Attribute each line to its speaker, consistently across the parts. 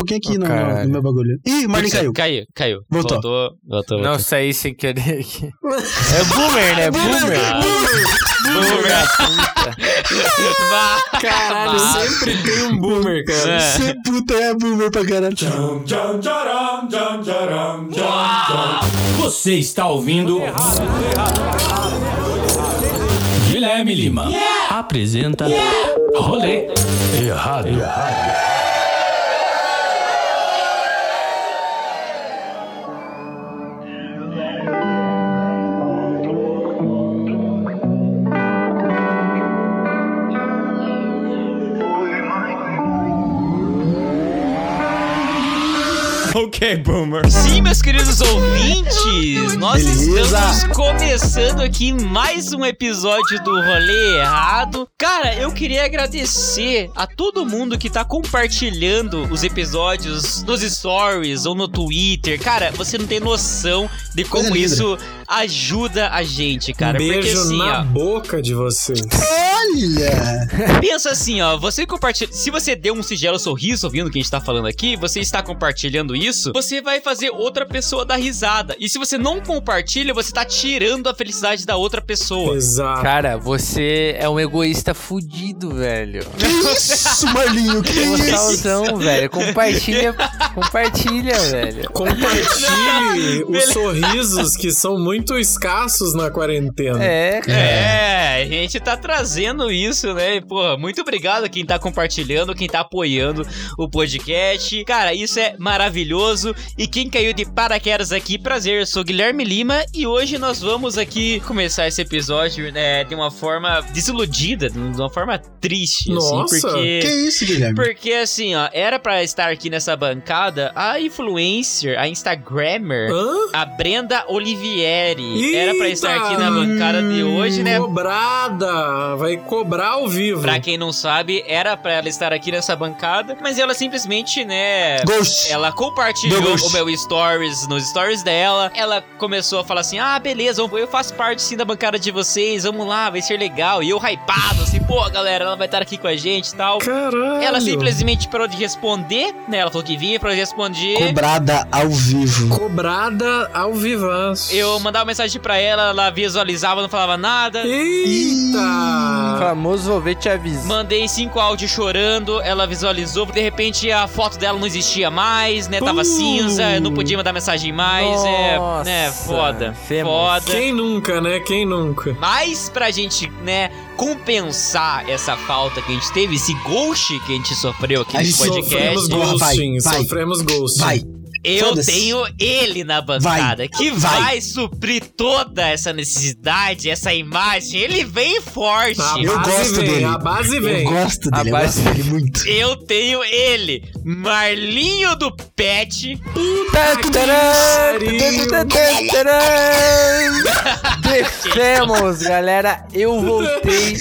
Speaker 1: coloquei aqui
Speaker 2: Ô,
Speaker 1: no,
Speaker 2: caralho.
Speaker 1: no meu bagulho. Ih, o Marlin caiu.
Speaker 3: Caiu, caiu.
Speaker 1: Voltou.
Speaker 3: Voltou, voltou.
Speaker 2: Não
Speaker 3: voltou.
Speaker 2: saí sem querer aqui. É boomer, né?
Speaker 3: Ah,
Speaker 2: boomer. Boomer.
Speaker 3: Vá.
Speaker 4: Caralho,
Speaker 3: Ah.
Speaker 4: sempre tem um boomer, cara.
Speaker 3: É.
Speaker 1: Você puta é boomer pra caralho.
Speaker 5: Você está ouvindo. Guilherme Lima apresenta Rolê Errado.
Speaker 2: ok, boomer.
Speaker 3: Sim, meus queridos ouvintes, nós
Speaker 1: Beleza.
Speaker 3: estamos começando aqui mais um episódio do Rolê Errado. Cara, eu queria agradecer a todo mundo que tá compartilhando os episódios nos stories ou no Twitter. Cara, você não tem noção de como
Speaker 1: linda.
Speaker 3: isso ajuda a gente, cara.
Speaker 4: Beijo
Speaker 3: Porque assim,
Speaker 4: na
Speaker 3: ó,
Speaker 4: boca de vocês.
Speaker 1: Olha!
Speaker 3: Pensa assim, ó, você compartilha. Se você deu um sigelo sorriso ouvindo o que a gente tá falando aqui, você está compartilhando isso, você vai fazer outra pessoa dar risada. E se você não compartilha, você tá tirando a felicidade da outra pessoa.
Speaker 4: Exato.
Speaker 2: Cara, você é um egoísta fudido, velho.
Speaker 1: Que isso, Marlinho? Que
Speaker 4: um
Speaker 1: isso?
Speaker 2: Totalzão, velho. Compartilha, compartilha, velho.
Speaker 4: Compartilhe os
Speaker 3: beleza.
Speaker 4: sorrisos que são muito escassos na quarentena.
Speaker 2: É, cara.
Speaker 3: É, a gente tá trazendo isso, né? E, Porra, muito obrigado a quem tá compartilhando, quem tá apoiando o podcast. Cara, isso é maravilhoso. E quem caiu de paraquedas aqui, prazer, eu sou Guilherme Lima e hoje nós vamos aqui começar esse episódio né, de uma forma desiludida, de uma forma triste, assim,
Speaker 4: Nossa,
Speaker 3: porque...
Speaker 1: Que isso, Guilherme?
Speaker 3: Porque assim, ó, era pra estar aqui nessa bancada a influencer, a Instagrammer,
Speaker 4: Hã?
Speaker 3: a Brenda Olivieri. Era pra estar aqui na bancada de hoje, né?
Speaker 4: Cobrada! Vai cobrar ao vivo.
Speaker 3: Pra quem não sabe, era pra ela estar aqui nessa bancada, mas ela simplesmente, né?
Speaker 1: Ghost!
Speaker 3: Ela compartilhou
Speaker 1: Deus.
Speaker 3: o meu stories nos stories dela. Ela começou a falar assim: Ah, beleza, eu faço parte sim da bancada de vocês, vamos lá, vai ser legal. E eu hypado, assim, pô, galera, ela vai estar aqui com a gente e tal.
Speaker 4: Caralho!
Speaker 3: Ela simplesmente parou de responder, né? Ela falou que vinha, parou de responder.
Speaker 1: Cobrada ao vivo.
Speaker 4: Cobrada ao vivaço.
Speaker 3: Eu mandava mensagem pra ela, ela visualizava, não falava nada.
Speaker 4: Eita!
Speaker 2: Famoso vou ver te avisar.
Speaker 3: Mandei cinco áudios chorando, ela visualizou, de repente a foto dela não existia mais, né? Tava
Speaker 4: Uh.
Speaker 3: cinza, não podia mandar mensagem mais, é,
Speaker 2: Nossa.
Speaker 3: né? Foda,
Speaker 2: Femos.
Speaker 3: foda.
Speaker 4: Quem nunca, né? Quem nunca?
Speaker 3: Mas pra gente, né, compensar essa falta que a gente teve, esse ghost que a gente sofreu aqui
Speaker 1: A
Speaker 3: no
Speaker 1: gente
Speaker 3: podcast,
Speaker 4: Sofremos
Speaker 1: Porra, vai,
Speaker 4: ghosting,
Speaker 1: vai.
Speaker 4: sofremos ghosting.
Speaker 1: Vai!
Speaker 3: eu
Speaker 1: Foda-se.
Speaker 3: tenho ele na bancada, que vai.
Speaker 1: vai.
Speaker 3: suprir toda essa necessidade, essa imagem. Ele vem forte.
Speaker 4: A
Speaker 1: Eu
Speaker 4: base
Speaker 1: gosto
Speaker 4: vem,
Speaker 1: dele.
Speaker 4: a base vem.
Speaker 1: Eu gosto
Speaker 2: A
Speaker 1: dele, eu
Speaker 2: base-
Speaker 1: gosto dele muito.
Speaker 3: Eu tenho ele, Marlinho do Pet.
Speaker 2: tá Defemos, galera. Eu voltei.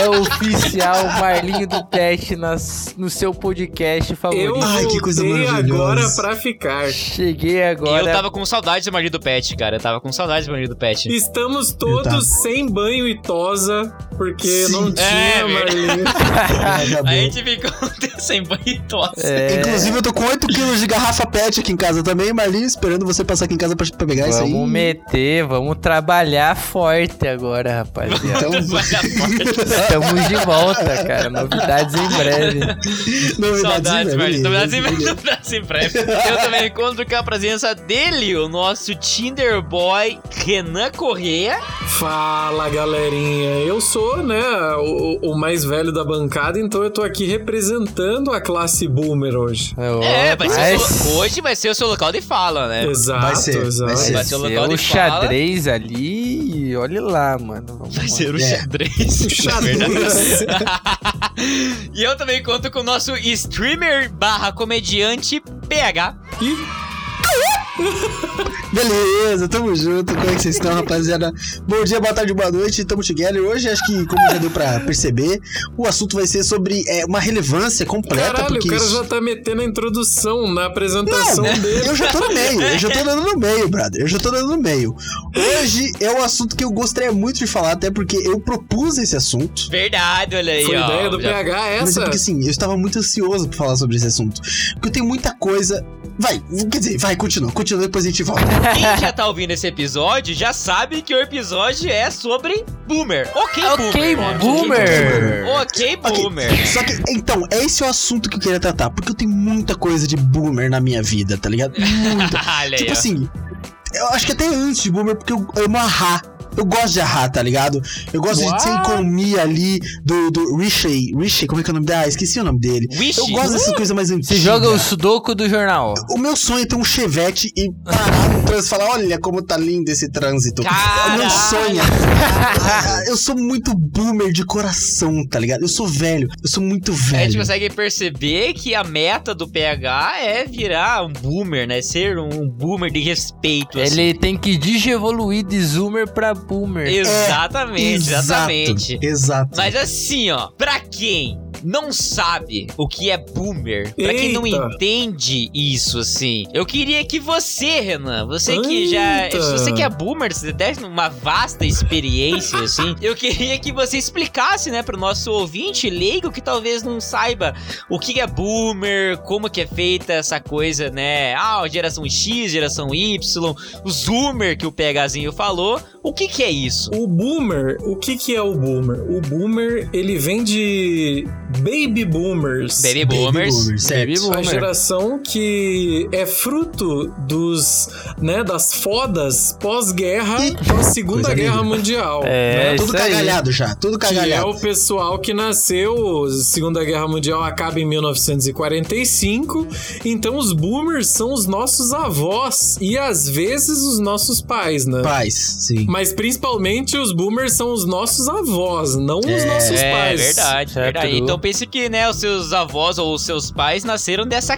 Speaker 2: É oficial Marlinho do Pet nas- no seu podcast
Speaker 4: Eu
Speaker 2: favorito.
Speaker 1: Ai, que coisa
Speaker 4: voltei agora
Speaker 1: maravilhosa.
Speaker 4: pra ficar.
Speaker 2: Cheguei agora. é
Speaker 3: Eu tava com saudade do Marlinho do Pet, cara. Eu tava com saudade do Marlinho do Pet.
Speaker 4: Estamos todos sem banho e tosa, porque
Speaker 1: Tá. Sim.
Speaker 4: não
Speaker 3: É,
Speaker 4: tinha, Marlene.
Speaker 3: A
Speaker 1: Acabou.
Speaker 3: gente ficou um sem banho e tosse.
Speaker 2: É.
Speaker 1: Inclusive, eu tô com 8 quilos de garrafa pet aqui em casa também, Marlinho, esperando você passar aqui em casa pra, pra
Speaker 3: É
Speaker 1: pegar isso aí.
Speaker 2: Vamos meter, vamos trabalhar forte agora, rapaziada.
Speaker 1: Então,
Speaker 4: É.
Speaker 3: Vai dar forte.
Speaker 2: Estamos de volta, cara. Novidades em breve.
Speaker 1: Então,
Speaker 3: Saudades,
Speaker 1: novidades,
Speaker 3: velho.
Speaker 1: Marlinho.
Speaker 3: Novidades em breve, novidades em breve. Eu também encontro com a presença dele, o nosso Tinder Boy, Renan Corrêa.
Speaker 4: Fala, galerinha. Eu sou, né, o, o mais velho da bancada, então eu tô aqui representando a classe boomer hoje.
Speaker 3: é, vai ser o
Speaker 2: Mas-
Speaker 3: seu- hoje vai ser o seu local de fala, né?
Speaker 4: Exato,
Speaker 1: É, Vai ser, vai
Speaker 4: exato.
Speaker 1: ser.
Speaker 3: Vai
Speaker 2: Vai
Speaker 3: ser
Speaker 2: ser
Speaker 3: o local
Speaker 2: o
Speaker 3: de fala.
Speaker 2: xadrez ali e olhe lá, mano. Vamos
Speaker 3: Vai ser o
Speaker 1: É.
Speaker 3: xadrez. na
Speaker 4: xadrez.
Speaker 3: verdade. e eu também conto com o nosso streamer barra comediante PH.
Speaker 4: Ih,
Speaker 1: Beleza, tamo junto. Como é que vocês estão, rapaziada? Bom dia, boa tarde, boa noite. Tamo together. Hoje, acho que, como já deu pra perceber, o assunto vai ser sobre é, uma relevância completa.
Speaker 4: Caralho, o
Speaker 1: porque
Speaker 4: cara
Speaker 1: isso- É, né?
Speaker 4: já tá metendo a introdução na apresentação dele.
Speaker 1: Eu já tô no meio, eu já tô dando no meio, brother. Eu já tô dando no meio. Hoje é um assunto que eu gostaria muito de falar, até porque eu propus esse assunto.
Speaker 3: Verdade, olha aí,
Speaker 4: Foi
Speaker 3: ó.
Speaker 4: ideia do
Speaker 3: Já-
Speaker 4: PH
Speaker 1: Mas é
Speaker 4: essa?
Speaker 1: porque assim, eu estava muito ansioso pra falar sobre esse assunto. Porque eu tenho muita coisa. Vai, quer dizer, vai, continua, continua, depois a gente volta.
Speaker 3: Quem já tá ouvindo esse episódio já sabe que o episódio é sobre boomer. Ok,
Speaker 2: Ok,
Speaker 3: boomer.
Speaker 2: boomer.
Speaker 3: Ok,
Speaker 1: Ok,
Speaker 3: boomer.
Speaker 1: Só que, então, esse é o assunto que eu queria tratar, porque eu tenho muita coisa de boomer na minha vida, tá ligado? Muita.
Speaker 3: Ah, Olha aí,
Speaker 1: tipo
Speaker 3: ó.
Speaker 1: assim, eu acho que até antes de boomer, porque eu amo arrar. Eu gosto de arrar, tá ligado? Eu gosto de ser comi ali do, do Rishi. Rishi, como é que é o nome dele? Ah, esqueci o nome dele.
Speaker 3: Wish.
Speaker 1: Eu gosto dessas coisas mais
Speaker 2: Se
Speaker 1: antigas.
Speaker 2: joga é o sudoku do jornal.
Speaker 1: O meu sonho é ter um chevette e parar no trânsito e falar: olha como tá lindo esse trânsito. É o meu sonho. é- eu sou muito boomer de coração, tá ligado? Eu sou velho. Eu sou muito
Speaker 3: A gente
Speaker 1: velho.
Speaker 3: consegue perceber que a meta do PH é virar um boomer, né? Ser um boomer de respeito. assim.
Speaker 2: Ele tem que digievoluir de zoomer pra boomer.
Speaker 3: Exatamente, exatamente.
Speaker 1: Exato. exato.
Speaker 3: Mas assim, ó, pra quem não sabe o que é boomer, pra quem não
Speaker 4: Eita.
Speaker 3: entende isso, assim, eu queria que você, Renan, você que já.
Speaker 4: Eita.
Speaker 3: Se você que é boomer, você deve uma vasta experiência, assim, eu queria que você explicasse, né, pro nosso ouvinte leigo que talvez não saiba o que é boomer, como que é feita essa coisa, né? Ah, geração X, geração Y, o zoomer que o PHzinho falou. O que que é isso?
Speaker 4: O boomer, o que que é o boomer? O boomer, ele vem de baby boomers.
Speaker 3: Baby
Speaker 1: Baby Tá
Speaker 3: boomers.
Speaker 1: certo.
Speaker 2: Baby
Speaker 4: A
Speaker 2: boomer.
Speaker 4: geração que é fruto dos, né, das fodas pós-guerra,
Speaker 1: Ih,
Speaker 4: pós-segunda
Speaker 1: coisa
Speaker 4: guerra
Speaker 1: linda.
Speaker 4: mundial. né?
Speaker 2: É,
Speaker 1: tudo
Speaker 2: isso aí.
Speaker 1: cagalhado já, tudo
Speaker 4: Que é
Speaker 1: cagalhado.
Speaker 4: o pessoal que nasceu, Segunda Guerra Mundial acaba em 1945, então os boomers são os nossos avós e às vezes os nossos pais, né?
Speaker 1: Paz, sim.
Speaker 4: Mas principalmente os boomers são os nossos avós, não os nossos
Speaker 3: é,
Speaker 4: pais.
Speaker 3: verdade,
Speaker 2: Certo,
Speaker 3: verdade.
Speaker 2: Du.
Speaker 3: Então pense que, né, os seus avós ou os seus pais nasceram dessa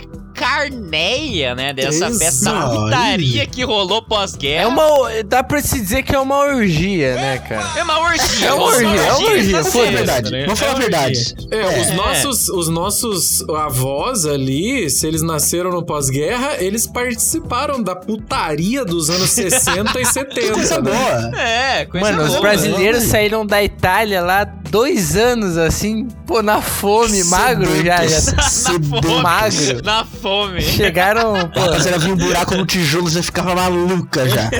Speaker 3: carneia, né? Dessa
Speaker 4: Isso
Speaker 3: festa
Speaker 1: aí.
Speaker 3: putaria que rolou pós-guerra.
Speaker 2: É uma. Dá pra se dizer que é uma orgia, né, cara?
Speaker 3: É uma orgia.
Speaker 2: É uma
Speaker 3: só
Speaker 2: orgia, é uma orgia,
Speaker 3: tá
Speaker 1: Vamos falar a
Speaker 2: é,
Speaker 3: certo.
Speaker 1: verdade,
Speaker 2: né?
Speaker 1: vamos falar a verdade.
Speaker 4: É, Os, nossos, os nossos avós ali, se eles nasceram no pós-guerra, eles participaram da putaria dos anos 60 e 70.
Speaker 1: Coisa
Speaker 4: né?
Speaker 1: boa.
Speaker 3: É, coisa
Speaker 2: Mano, os
Speaker 3: boa.
Speaker 2: brasileiros
Speaker 1: Vamos aí.
Speaker 2: saíram da Itália lá dois anos, assim, pô, na fome,
Speaker 3: é
Speaker 2: magro já, já.
Speaker 1: Sedentos.
Speaker 2: Magro.
Speaker 3: Na fome.
Speaker 2: Chegaram, pô,
Speaker 1: A rapaziada vinha um buraco no tijolo, já ficava maluca já.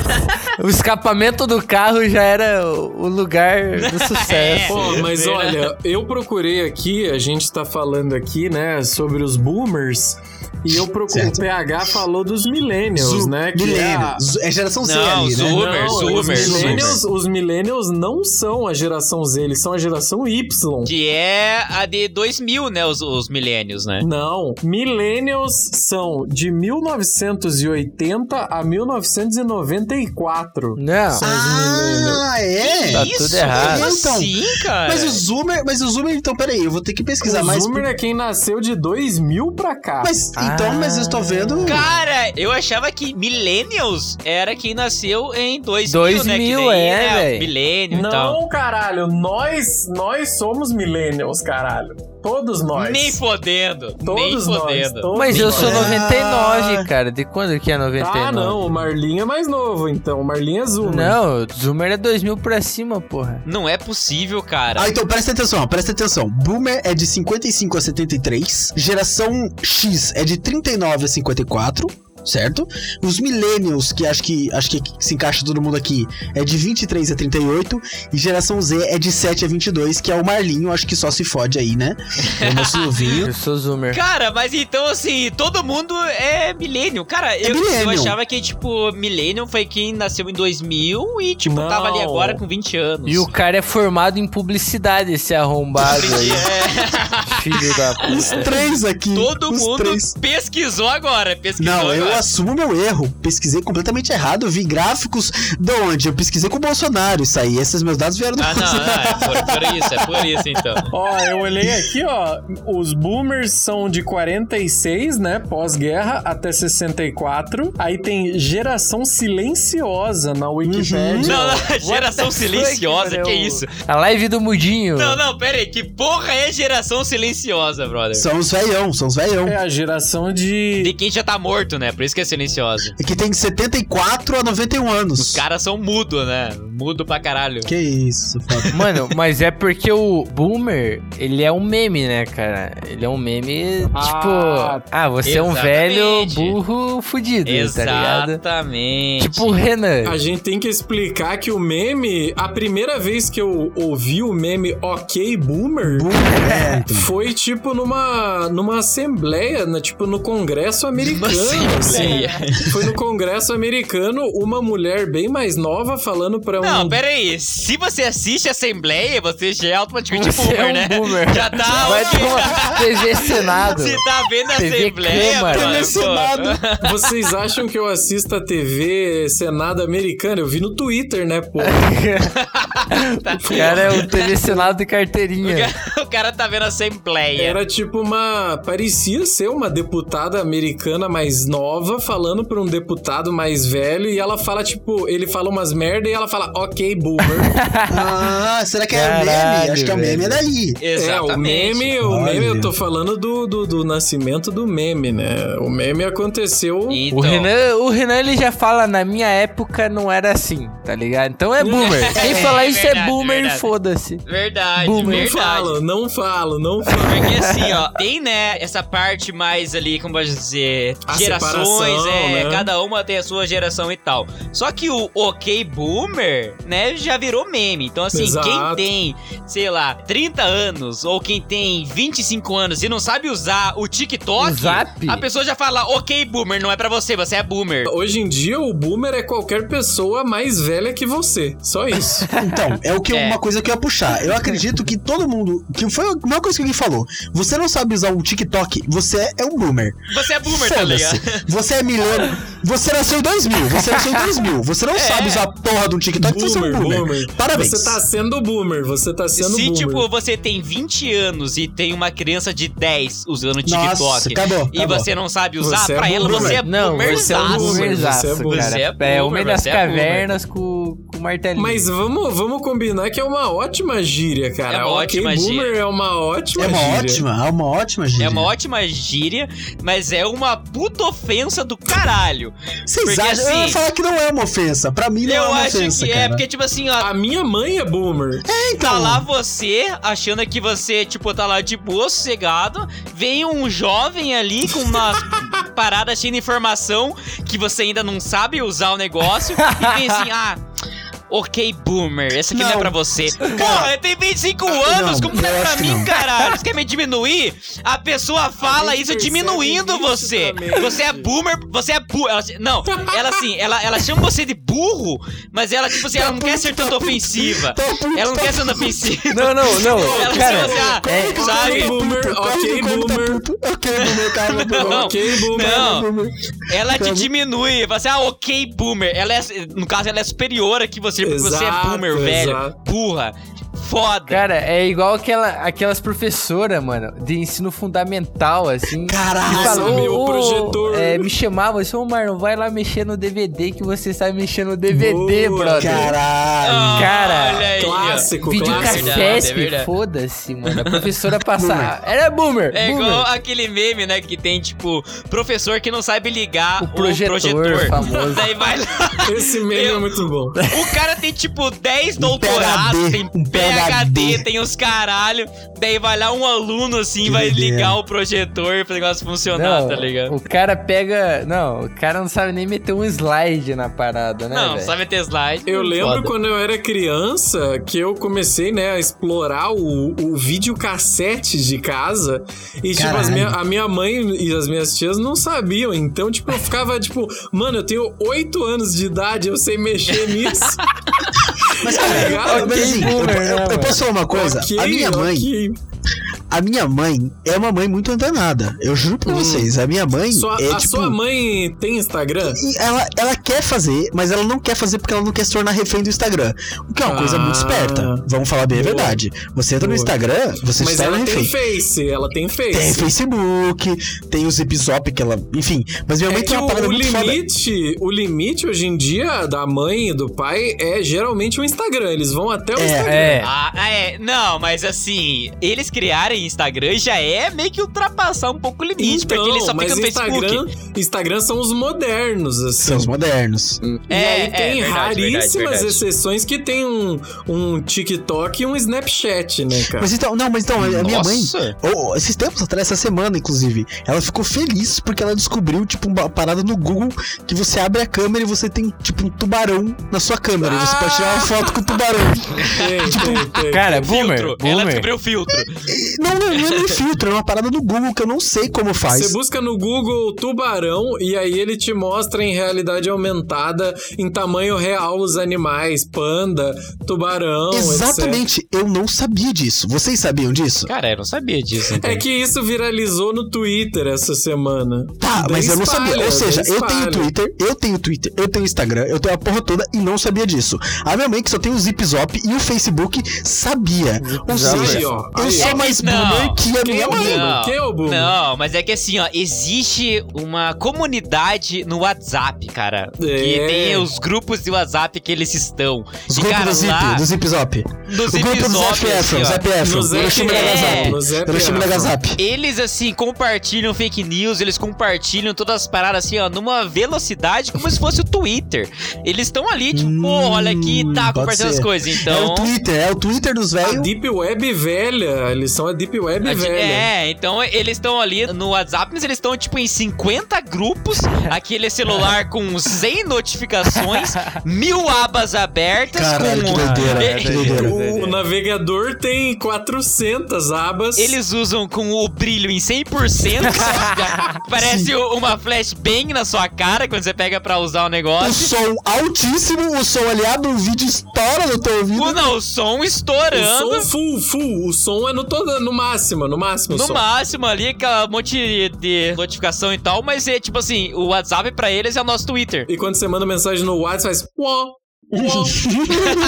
Speaker 2: o escapamento do carro já era o o lugar
Speaker 3: É.
Speaker 2: do sucesso.
Speaker 4: Pô, mas
Speaker 3: Né?
Speaker 4: olha, eu procurei aqui, a gente tá falando aqui, né, sobre os boomers, e eu procurei,
Speaker 1: Certo.
Speaker 4: o PH falou dos millennials,
Speaker 1: Zu-
Speaker 4: né, que é a-
Speaker 1: milênio. Zu- É geração Z
Speaker 3: Não,
Speaker 1: ali, né?
Speaker 3: Zu- Boomer,
Speaker 4: Não,
Speaker 3: Zoomer,
Speaker 4: os, millennials,
Speaker 1: Zoomer.
Speaker 4: os millennials não são a geração Z, eles são a geração Y.
Speaker 3: Que é a de 2000, né? Os, os milênios, né?
Speaker 4: Não, millennials são de 1980 a 1994.
Speaker 2: Não.
Speaker 4: São os millennials.
Speaker 1: Ah, é?
Speaker 2: Tá
Speaker 3: Isso,
Speaker 2: tudo errado.
Speaker 3: Como
Speaker 1: Então,
Speaker 3: assim, cara?
Speaker 1: Mas o Zoomer, mas o Zoomer, então, peraí, eu vou ter que pesquisar
Speaker 4: O
Speaker 1: mais.
Speaker 4: Zoomer é quem nasceu de 2000 pra cá.
Speaker 1: Mas, então, mas eu estou vendo.
Speaker 3: Cara, eu achava que Millennials era quem nasceu em 2000,
Speaker 2: 2000,
Speaker 3: né? Que
Speaker 2: é, véi.
Speaker 3: Milênio e tal.
Speaker 4: Não, caralho, nós, nós somos millennials, caralho. Todos nós.
Speaker 3: Nem fodendo. nem
Speaker 4: todos nós.
Speaker 3: fodendo.
Speaker 4: todos
Speaker 2: Mas eu
Speaker 4: nós.
Speaker 2: sou
Speaker 1: Ah.
Speaker 2: 99, cara. De quando que é 99?
Speaker 4: Ah, não, o Marlinho é mais novo, então. O Marlinho é Zoomer.
Speaker 2: Não, Zoomer é 2000 pra cima, porra.
Speaker 3: Não é possível, cara.
Speaker 1: Ah, então presta atenção, presta atenção. Boomer é de 55 a 73, geração X é de 39 a 54, certo? Os millennials, que acho que acho que se encaixa todo mundo aqui, é de 23 a 38 e geração Z é de 7 a 22, que é o Marlinho, acho que só se fode aí, né? É o nosso novinho.
Speaker 2: Eu sou Zoomer.
Speaker 3: Cara, mas então assim, todo mundo é milênio. Cara, eu, eu
Speaker 1: millennial.
Speaker 3: achava que, tipo, milênio foi quem nasceu em 2000 e, tipo,
Speaker 4: Não.
Speaker 3: tava ali agora com 20 anos.
Speaker 2: E o cara é formado em publicidade, esse arrombado aí.
Speaker 3: É,
Speaker 2: filho da puta.
Speaker 1: Os três aqui.
Speaker 3: todo
Speaker 1: os
Speaker 3: mundo
Speaker 1: Três.
Speaker 3: pesquisou agora, pesquisou
Speaker 1: Não, eu
Speaker 3: agora.
Speaker 1: assumo meu erro. Pesquisei completamente errado. Eu vi gráficos de onde? Eu pesquisei com o Bolsonaro isso aí. Esses meus dados vieram do
Speaker 3: Ah, não,
Speaker 1: Bolsonaro.
Speaker 3: não, é por, por isso, é por isso então.
Speaker 4: Ó, eu olhei aqui, ó. Os boomers são de 46, né? Pós-guerra até 64. Aí tem geração silenciosa
Speaker 1: Uhum.
Speaker 4: na Wikipédia.
Speaker 3: Não, não, geração
Speaker 2: the fuck,
Speaker 3: silenciosa,
Speaker 2: mano?
Speaker 3: que é isso?
Speaker 2: A live do Mudinho.
Speaker 3: Não, não, pera aí, que porra é geração silenciosa, brother?
Speaker 1: São os veião, são os veião.
Speaker 4: É a geração de.
Speaker 3: De quem já tá morto, né? Por isso que é silenciosa.
Speaker 1: Que tem de 74 a 91 anos.
Speaker 3: Os caras são mudo, né? Mudo pra caralho.
Speaker 1: Que isso, foda.
Speaker 2: Mano, mas é porque o Boomer, ele é um meme, né, cara? Ele é um meme,
Speaker 4: Ah,
Speaker 2: tipo... Ah, você é um velho
Speaker 3: exatamente.
Speaker 2: burro fudido, tá ligado?
Speaker 3: Exatamente.
Speaker 2: Tipo o Renan.
Speaker 4: A gente tem que explicar que o meme. A primeira vez que eu ouvi o meme Ok Boomer. Foi tipo numa, numa assembleia, né, tipo no Congresso americano. assim.
Speaker 3: Assembleia.
Speaker 4: Foi no Congresso americano uma mulher bem mais nova falando pra um.
Speaker 3: Não, pera aí. Se você assiste Assembleia, você já é automaticamente
Speaker 2: Você
Speaker 3: boomer,
Speaker 2: é um
Speaker 3: né?
Speaker 2: boomer.
Speaker 3: Já tá
Speaker 2: Vai
Speaker 3: ok.
Speaker 2: tomar TV Senado.
Speaker 3: Se tá vendo
Speaker 2: TV
Speaker 3: Assembleia,
Speaker 2: Câmara.
Speaker 3: mano,
Speaker 1: TV Senado.
Speaker 3: pô.
Speaker 4: Vocês acham que eu assisto a TV Senado americana? Eu vi no Twitter, né, pô?
Speaker 2: O cara é o TV Senado de carteirinha.
Speaker 3: O Tá. cara tá vendo Assembleia.
Speaker 4: Era tipo uma. Parecia ser uma deputada americana mais nova falando pra um deputado mais velho e ela fala, tipo, ele fala umas merda e ela fala, ok, boomer.
Speaker 1: Ah, será que é meme?
Speaker 2: Caralho,
Speaker 1: Acho que é o meme é
Speaker 2: velho.
Speaker 1: daí.
Speaker 4: é, o
Speaker 3: Exatamente.
Speaker 4: meme, o meme, eu
Speaker 1: Olha.
Speaker 4: tô falando do, do, do nascimento do meme, né? O meme aconteceu.
Speaker 3: Então,
Speaker 2: O Renan, o Renan, ele já fala, na minha época não era assim, tá ligado? Então é boomer. Quem falar isso é
Speaker 3: verdade,
Speaker 2: boomer,
Speaker 3: verdade.
Speaker 2: foda-se.
Speaker 3: Verdade,
Speaker 4: Não
Speaker 3: verdade.
Speaker 4: falo, não falo, não falo.
Speaker 3: Porque assim, ó, tem, né, essa parte mais ali, como pode dizer,
Speaker 4: A
Speaker 3: gerações,
Speaker 4: separação,
Speaker 3: é,
Speaker 4: né?
Speaker 3: cada uma tem a sua geração e tal. Só que o OK Boomer, né, já virou meme. Então, assim,
Speaker 4: Exato.
Speaker 3: quem tem, sei lá, 30 anos ou quem tem 25 anos e não sabe usar o TikTok,
Speaker 2: O Zap?
Speaker 3: a pessoa já fala, OK Boomer, não é pra você, você é boomer.
Speaker 4: Hoje em dia, o boomer é qualquer pessoa mais velha que você. Só isso.
Speaker 1: Então, é o que
Speaker 3: É.
Speaker 1: uma coisa que eu ia puxar. Eu acredito que todo mundo. Que foi uma coisa que alguém falou. Você não sabe usar o TikTok, você é um boomer.
Speaker 3: Você é boomer, tá
Speaker 1: Foda-se.
Speaker 3: ligado?
Speaker 1: Você é milênio. Você nasceu em 2000. Você nasceu em 2000. Você
Speaker 3: É.
Speaker 1: não sabe usar a porra de um TikTok, você é um boomer. Parabéns.
Speaker 4: Você tá sendo boomer, você tá sendo
Speaker 3: Se,
Speaker 4: boomer.
Speaker 3: tipo, você tem 20 anos e tem uma criança de 10 usando TikTok.
Speaker 1: Nossa, acabou,
Speaker 3: E
Speaker 1: acabou.
Speaker 3: você não sabe usar,
Speaker 4: Você é
Speaker 3: pra ela
Speaker 4: boomer.
Speaker 3: você é
Speaker 2: Não, você é um
Speaker 3: boomerzaço.
Speaker 4: boomer.
Speaker 2: boomerzaço,
Speaker 4: Você é boomer.
Speaker 2: cara.
Speaker 3: Você é
Speaker 2: É
Speaker 3: boomer,
Speaker 2: homem das
Speaker 3: você é boomer.
Speaker 2: cavernas com, com martelinho.
Speaker 4: Mas vamos, vamos combinar que é uma ótima gíria, cara.
Speaker 3: Uhum. É uma
Speaker 4: Ok,
Speaker 3: ótima
Speaker 4: boomer
Speaker 3: gíria.
Speaker 4: é uma ótima
Speaker 1: É uma
Speaker 4: gíria.
Speaker 1: ótima, é uma ótima, gente.
Speaker 3: É uma ótima gíria, mas é uma puta ofensa do caralho.
Speaker 1: Vocês
Speaker 3: porque,
Speaker 1: acham? eu ia
Speaker 3: assim,
Speaker 1: falar que não é uma ofensa. Pra mim não é
Speaker 3: eu
Speaker 1: uma
Speaker 3: acho
Speaker 1: ofensa.
Speaker 3: que
Speaker 1: cara.
Speaker 3: é, porque, tipo assim, ó.
Speaker 4: A minha mãe é boomer.
Speaker 1: então.
Speaker 3: Tá lá você, achando que você, tipo, tá lá de boa, sossegado. Vem um jovem ali com uma parada cheia de informação que você ainda não sabe usar o negócio. E vem assim, ah. Ok, boomer, essa aqui não, é
Speaker 1: Não. Ah,
Speaker 3: pra você. Porra, eu tenho 25 anos,
Speaker 1: não,
Speaker 3: como que
Speaker 1: eu
Speaker 3: é pra
Speaker 1: acho que
Speaker 3: mim,
Speaker 1: não.
Speaker 3: caralho? Você quer me diminuir? A pessoa fala
Speaker 4: gente
Speaker 3: isso
Speaker 4: percebe
Speaker 3: diminuindo
Speaker 4: isso
Speaker 3: você.
Speaker 4: também.
Speaker 3: Você é boomer, você é burro. Ela- não, ela assim, ela, ela chama você de burro, mas ela, tipo assim, ela não quer ser tanto ofensiva.
Speaker 1: Tá puto,
Speaker 3: Ela não
Speaker 1: tá
Speaker 3: quer ser tanto ofensiva.
Speaker 2: Não, não, não.
Speaker 3: Ela
Speaker 2: cara,
Speaker 3: se você-
Speaker 2: é-
Speaker 3: Ah, sabe?
Speaker 4: Ok, boomer,
Speaker 1: tá
Speaker 4: ok, boomer.
Speaker 1: Ok, boomer, cara.
Speaker 3: Não,
Speaker 4: Ok, boomer.
Speaker 3: não.
Speaker 1: boomer.
Speaker 3: Ela te
Speaker 1: Sabe?
Speaker 3: diminui. Fala assim, ah, ok, boomer. Ela é, no caso, ela é superior a que você, porque você é
Speaker 4: Exato,
Speaker 3: boomer, velho.
Speaker 4: exato.
Speaker 3: Burra. Foda.
Speaker 2: Cara, é igual aquela, aquelas professoras, mano, de ensino fundamental, assim.
Speaker 1: Caralho.
Speaker 2: que
Speaker 4: Nossa, meu
Speaker 2: "Ô,
Speaker 4: projetor."
Speaker 2: é, me chamava, assim, ô Marlon, vai lá mexer no DVD que você sabe mexer no DVD,
Speaker 4: Boa,
Speaker 2: brother.
Speaker 1: Caralho.
Speaker 3: Ah,
Speaker 2: cara,
Speaker 3: olha aí, ó.
Speaker 4: Clássico,
Speaker 2: Vídeo
Speaker 4: clássico.
Speaker 3: Verdade, é
Speaker 2: cassete,
Speaker 3: verdade.
Speaker 2: foda-se, mano. A professora passar. Era boomer.
Speaker 3: É
Speaker 2: boomer.
Speaker 3: igual aquele meme, né? Que tem, tipo, professor que não sabe ligar
Speaker 2: O projetor famoso.
Speaker 3: Daí vai lá.
Speaker 4: Esse meme
Speaker 3: Eu-
Speaker 4: é muito bom.
Speaker 3: O cara tem, tipo, 10 doutorados,
Speaker 1: PhD,
Speaker 3: tem
Speaker 1: um
Speaker 3: PHD,
Speaker 1: PhD.
Speaker 3: tem os caralho. Daí vai lá um aluno assim,
Speaker 1: Que
Speaker 3: vai
Speaker 1: doideira.
Speaker 3: ligar o projetor pro negócio funcionar, tá ligado?
Speaker 2: O cara pega. Não, o cara não sabe nem meter um slide na parada, né?
Speaker 3: Não,
Speaker 2: velho?
Speaker 3: sabe ter slide.
Speaker 4: Eu lembro
Speaker 2: Foda.
Speaker 4: quando eu era criança que eu comecei, né, a explorar o, o videocassete de casa. E, tipo,
Speaker 1: Caralho.
Speaker 4: as minha- a minha mãe e as minhas tias não sabiam. Então, tipo, eu ficava, tipo, mano, eu tenho oito anos de idade, eu sei mexer nisso.
Speaker 1: Mas, cara,
Speaker 4: Legal,
Speaker 1: mas assim, eu-
Speaker 2: boomer, né,
Speaker 1: eu, eu
Speaker 2: mano?
Speaker 1: posso falar uma coisa?
Speaker 4: Ok,
Speaker 1: a minha mãe,
Speaker 4: ok.
Speaker 1: A minha mãe é uma mãe muito antenada. Eu juro pra vocês, a minha mãe
Speaker 4: Hum. Sua-
Speaker 1: é
Speaker 4: a
Speaker 1: tipo.
Speaker 4: sua mãe tem Instagram?
Speaker 1: E ela, ela quer fazer, mas ela não quer fazer porque ela não quer se tornar refém do Instagram. O que é uma coisa muito
Speaker 4: Ah.
Speaker 1: esperta. Vamos falar bem a
Speaker 4: Boa.
Speaker 1: verdade. Você entra no
Speaker 4: Boa.
Speaker 1: Instagram, você se
Speaker 4: Mas
Speaker 1: torna
Speaker 4: ela tem
Speaker 1: refém.
Speaker 4: Face, ela
Speaker 1: Tem
Speaker 4: tem Face.
Speaker 1: Facebook, tem os Zipzop que ela. Enfim, mas minha mãe
Speaker 4: É que
Speaker 1: tem
Speaker 4: o,
Speaker 1: uma parada
Speaker 4: o
Speaker 1: muito foda.
Speaker 4: limite, o limite hoje em dia da mãe e do pai é geralmente o Instagram. Eles vão até o
Speaker 1: É.
Speaker 4: Instagram.
Speaker 2: É.
Speaker 3: Ah, ah, é. Não, mas assim, eles criarem Instagram já é meio que ultrapassar um pouco o limite,
Speaker 1: Então,
Speaker 3: porque eles só
Speaker 4: Então, mas
Speaker 3: ficam no
Speaker 4: Instagram,
Speaker 3: Facebook.
Speaker 4: Instagram são os modernos, assim.
Speaker 1: São os modernos.
Speaker 4: E
Speaker 3: É,
Speaker 4: aí
Speaker 3: é,
Speaker 4: tem
Speaker 3: verdade, verdade,
Speaker 4: raríssimas
Speaker 3: verdade.
Speaker 4: exceções que tem um, um TikTok e um Snapchat, né, cara?
Speaker 1: Mas então, não, mas então, a minha mãe.
Speaker 3: Nossa.
Speaker 1: Ou, esses tempos atrás, essa semana, inclusive, ela ficou feliz porque ela descobriu, tipo, uma parada no Google que você abre a câmera e você tem, tipo, um tubarão na sua câmera. E você pode tirar
Speaker 4: Ah!
Speaker 1: uma foto com o tubarão.
Speaker 4: Tem,
Speaker 1: tipo,
Speaker 4: tem, tem.
Speaker 2: Cara, boomer,
Speaker 3: filtro. Ela
Speaker 2: boomer.
Speaker 3: descobriu o filtro.
Speaker 1: E não, não, não é nem filtro, é uma parada no Google que eu não sei como
Speaker 4: Você
Speaker 1: faz.
Speaker 4: busca no Google tubarão e aí ele te mostra em realidade aumentada, em tamanho real, os animais, panda, tubarão, etc.
Speaker 1: Exatamente, eu não sabia disso. Vocês sabiam disso?
Speaker 3: Cara, eu não sabia disso.
Speaker 4: É que isso viralizou no Twitter essa semana.
Speaker 1: Tá,
Speaker 4: Daí
Speaker 1: mas eu não
Speaker 4: espalha,
Speaker 1: sabia. Ou seja,
Speaker 4: daí
Speaker 1: eu tenho
Speaker 4: espalha.
Speaker 1: Twitter, eu tenho Twitter, eu tenho Instagram, eu tenho a porra toda e não sabia disso. A minha mãe, que só tem o Zip Zop e o Facebook, sabia. Ou
Speaker 2: Zap,
Speaker 1: seja,
Speaker 4: aí, ó,
Speaker 1: eu
Speaker 4: aí,
Speaker 1: sou
Speaker 4: ó.
Speaker 1: mais
Speaker 3: Não.
Speaker 1: boomer que a
Speaker 4: Quem
Speaker 1: minha
Speaker 4: é o
Speaker 1: mãe.
Speaker 4: Boomer? Quem é o Boomer?
Speaker 3: Não, mas é que assim, ó, existe uma comunidade no WhatsApp, cara. Que
Speaker 4: É.
Speaker 3: tem os grupos de WhatsApp que eles estão.
Speaker 1: Os
Speaker 3: e,
Speaker 1: grupos
Speaker 3: cara,
Speaker 1: do Zip,
Speaker 3: lá,
Speaker 1: do Zip Zop.
Speaker 3: nos
Speaker 1: o é grupo do Zap
Speaker 3: episódios,
Speaker 1: Efron,
Speaker 3: assim, ó, é.
Speaker 1: Zap Efron.
Speaker 4: No Zap
Speaker 1: Hiroshima e
Speaker 3: Efron.
Speaker 1: Nagasaki.
Speaker 4: É. No Zap
Speaker 1: Hiroshima e
Speaker 4: Efron.
Speaker 1: Nagasaki.
Speaker 3: Eles, assim, compartilham fake news, eles compartilham todas as paradas, assim, ó, numa velocidade como se fosse o Twitter. Eles estão ali, tipo,
Speaker 1: Hum,
Speaker 3: pô, olha aqui, tá
Speaker 1: pode
Speaker 3: compartilhando as
Speaker 1: ser.
Speaker 3: coisas.
Speaker 1: É o
Speaker 3: Então.
Speaker 1: Twitter, é o Twitter dos
Speaker 4: A
Speaker 1: velhos.
Speaker 4: Deep Web velha, eles são a Deep Web
Speaker 3: a di-
Speaker 4: velha.
Speaker 3: é, então eles estão ali no WhatsApp, mas eles estão tipo em 50 grupos, aquele celular com 100 notificações, mil abas abertas,
Speaker 1: Caralho,
Speaker 3: com
Speaker 1: que doideira, né, que doideira.
Speaker 4: É. O navegador tem 400 abas.
Speaker 3: Eles usam com o brilho em 100%. parece uma flashbang na sua cara quando você pega pra usar o
Speaker 1: O
Speaker 3: negócio.
Speaker 1: som altíssimo, o som aliado, o vídeo estoura no teu ouvido.
Speaker 3: O, não, o som estourando.
Speaker 4: O som full, full. O som é no, todo, no máximo, no máximo. o
Speaker 3: No
Speaker 4: som.
Speaker 3: máximo ali, aquela monte de notificação e tal, mas é tipo assim, o WhatsApp pra eles é o nosso Twitter.
Speaker 4: E quando você manda mensagem no WhatsApp, faz... uó, uó,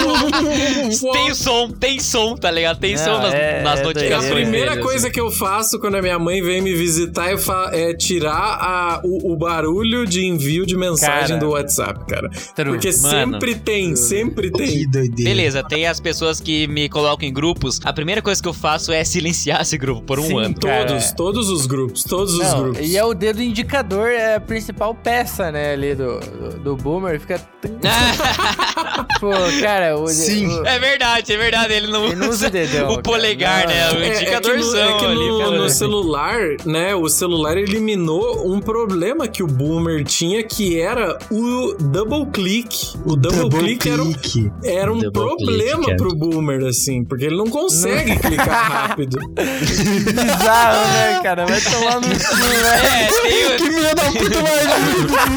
Speaker 4: uó.
Speaker 3: Tem som, tem som, tá ligado? Tem som nas,
Speaker 2: é-
Speaker 3: nas
Speaker 2: é
Speaker 4: É
Speaker 3: notificações.
Speaker 4: a primeira
Speaker 2: Doideira,
Speaker 4: coisa
Speaker 2: assim.
Speaker 4: que eu faço quando a minha mãe vem me visitar é, fa- é tirar a- o, o barulho de envio de mensagem
Speaker 2: Cara.
Speaker 4: do WhatsApp, cara.
Speaker 2: True,
Speaker 4: Porque
Speaker 3: mano.
Speaker 4: sempre tem, sempre tem.
Speaker 1: Que doideira.
Speaker 3: Beleza, tem as pessoas que me colocam em grupos. A primeira coisa que eu faço é silenciar esse grupo por um
Speaker 4: Sim,
Speaker 3: ano.
Speaker 4: todos,
Speaker 2: cara.
Speaker 4: todos os grupos, todos os
Speaker 2: Não,
Speaker 4: grupos.
Speaker 2: e é o dedo indicador, é a principal peça, né, ali do, do, do boomer. Fica. Pô, cara, o,
Speaker 1: Sim.
Speaker 2: o-
Speaker 3: É verdade, é verdade. Ele não,
Speaker 2: Ele não usa o dedão,
Speaker 3: o
Speaker 2: cara.
Speaker 3: polegar,
Speaker 2: Não,
Speaker 3: né?
Speaker 2: não.
Speaker 3: O
Speaker 4: É, é que no,
Speaker 3: indicadorzão
Speaker 4: é que
Speaker 3: ali.
Speaker 4: no-
Speaker 3: cara.
Speaker 4: no celular, né? O celular eliminou um problema que o boomer tinha, que era o double click. O double, click, era um,
Speaker 1: click.
Speaker 4: era um
Speaker 3: Double
Speaker 4: problema
Speaker 3: click, cara.
Speaker 4: pro boomer, assim, porque ele não consegue clicar rápido.
Speaker 2: bizarro, né, cara? Vai tomar no cu, né?
Speaker 3: É, tem
Speaker 1: Que filha da puta mais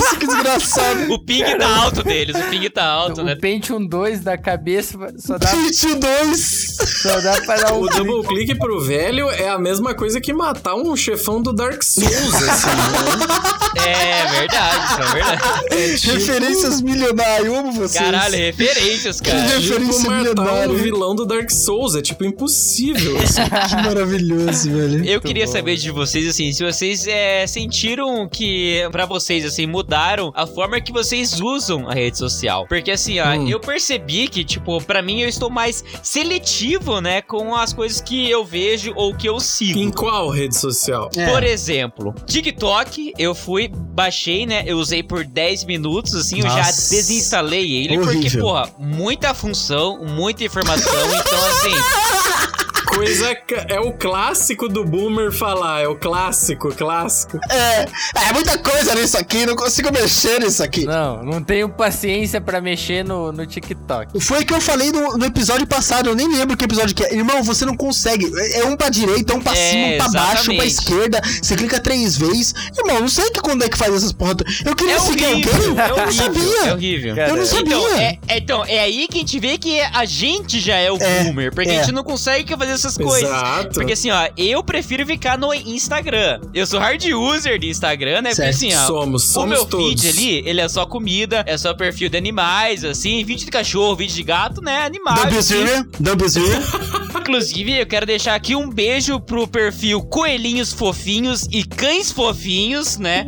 Speaker 1: isso, que desgraçado.
Speaker 3: o, o ping tá alto deles, o ping tá alto, né?
Speaker 2: O Pentium 2 da cabeça só dá,
Speaker 1: Pitch 2.
Speaker 2: só dá pra dar um.
Speaker 4: O double click pro velho é a mesma coisa que matar um chefão do Dark Souls, assim. né?
Speaker 3: É verdade, isso é verdade.
Speaker 4: É tipo-
Speaker 1: Referências milionárias, eu amo vocês.
Speaker 3: Caralho, referências,
Speaker 1: Que
Speaker 3: cara.
Speaker 4: Tipo,
Speaker 1: Referência
Speaker 4: matar o
Speaker 1: milionária.
Speaker 4: vilão do Dark Souls é tipo impossível.
Speaker 1: Que maravilhoso, velho.
Speaker 3: Eu queria
Speaker 2: bom,
Speaker 3: saber de vocês, assim, se vocês é, sentiram que, pra vocês, assim, mudaram a forma que vocês usam a rede social. Porque, assim, ó,
Speaker 1: Hum.
Speaker 3: eu percebi que, tipo, pra mim eu estou mais seletivo, né, com as coisas que eu vejo ou que eu sigo.
Speaker 4: em qual rede social?
Speaker 1: É.
Speaker 3: Por exemplo, TikTok, eu fui, baixei, né? Eu usei por 10 minutos, assim, eu já
Speaker 1: Nossa.
Speaker 3: desinstalei ele, porque,
Speaker 1: Horrível.
Speaker 3: porra, muita função, muita informação, então assim.
Speaker 4: Coisa ca- é o clássico do boomer falar, é o clássico, clássico.
Speaker 1: É, é muita coisa nisso aqui, não consigo mexer nisso aqui.
Speaker 2: Não, não tenho paciência pra mexer no, no TikTok.
Speaker 1: Foi o que eu falei no, no episódio passado, eu nem lembro que episódio que é. Irmão, você não consegue. É é um pra direita, um pra
Speaker 3: É,
Speaker 1: cima, um pra baixo, um pra
Speaker 3: exatamente.
Speaker 1: esquerda. Você clica três vezes. Irmão, não sei que quando é que faz essas porra. Eu queria
Speaker 3: É
Speaker 1: seguir alguém.
Speaker 3: horrível, é
Speaker 1: eu não
Speaker 3: horrível, é
Speaker 1: sabia.
Speaker 3: horrível.
Speaker 1: eu não sabia.
Speaker 3: Então é, é- então, é aí que a gente vê que a gente já é o
Speaker 1: É,
Speaker 3: boomer, porque
Speaker 1: é.
Speaker 3: a gente não consegue fazer essas coisas.
Speaker 4: Exato.
Speaker 3: Porque assim, ó, eu prefiro ficar no Instagram. Eu sou hard user de Instagram, né?
Speaker 1: Certo.
Speaker 3: Porque assim, ó,
Speaker 4: somos,
Speaker 3: o
Speaker 4: somos
Speaker 3: meu
Speaker 4: todos.
Speaker 3: feed ali, ele é só comida, é só perfil de animais, assim, vídeo de cachorro, vídeo de gato, né?
Speaker 1: Don't be
Speaker 3: Animais. assim.
Speaker 1: serious, don't be serious.
Speaker 3: Inclusive, eu quero deixar aqui um beijo pro perfil Coelhinhos Fofinhos e Cães Fofinhos, né?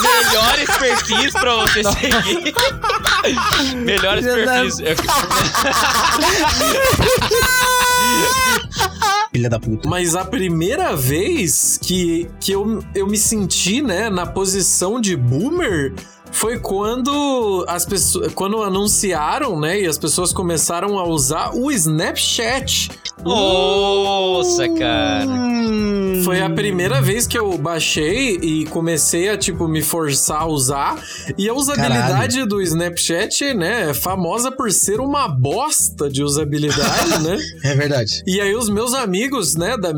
Speaker 3: Melhores perfis pra você seguir. Melhores
Speaker 2: Filha da-
Speaker 3: perfis. Eu-
Speaker 1: Filha da puta.
Speaker 4: Mas a primeira vez que, que eu, eu me senti, né, na posição de boomer foi quando as pessoas quando anunciaram, né, e as pessoas começaram a usar o Snapchat.
Speaker 3: Nossa, cara.
Speaker 4: Foi a primeira vez que eu baixei e comecei a tipo me forçar a usar. E a usabilidade do Snapchat, né, é famosa por ser uma bosta de usabilidade, né?
Speaker 1: É verdade.
Speaker 4: E aí os meus amigos, né, da-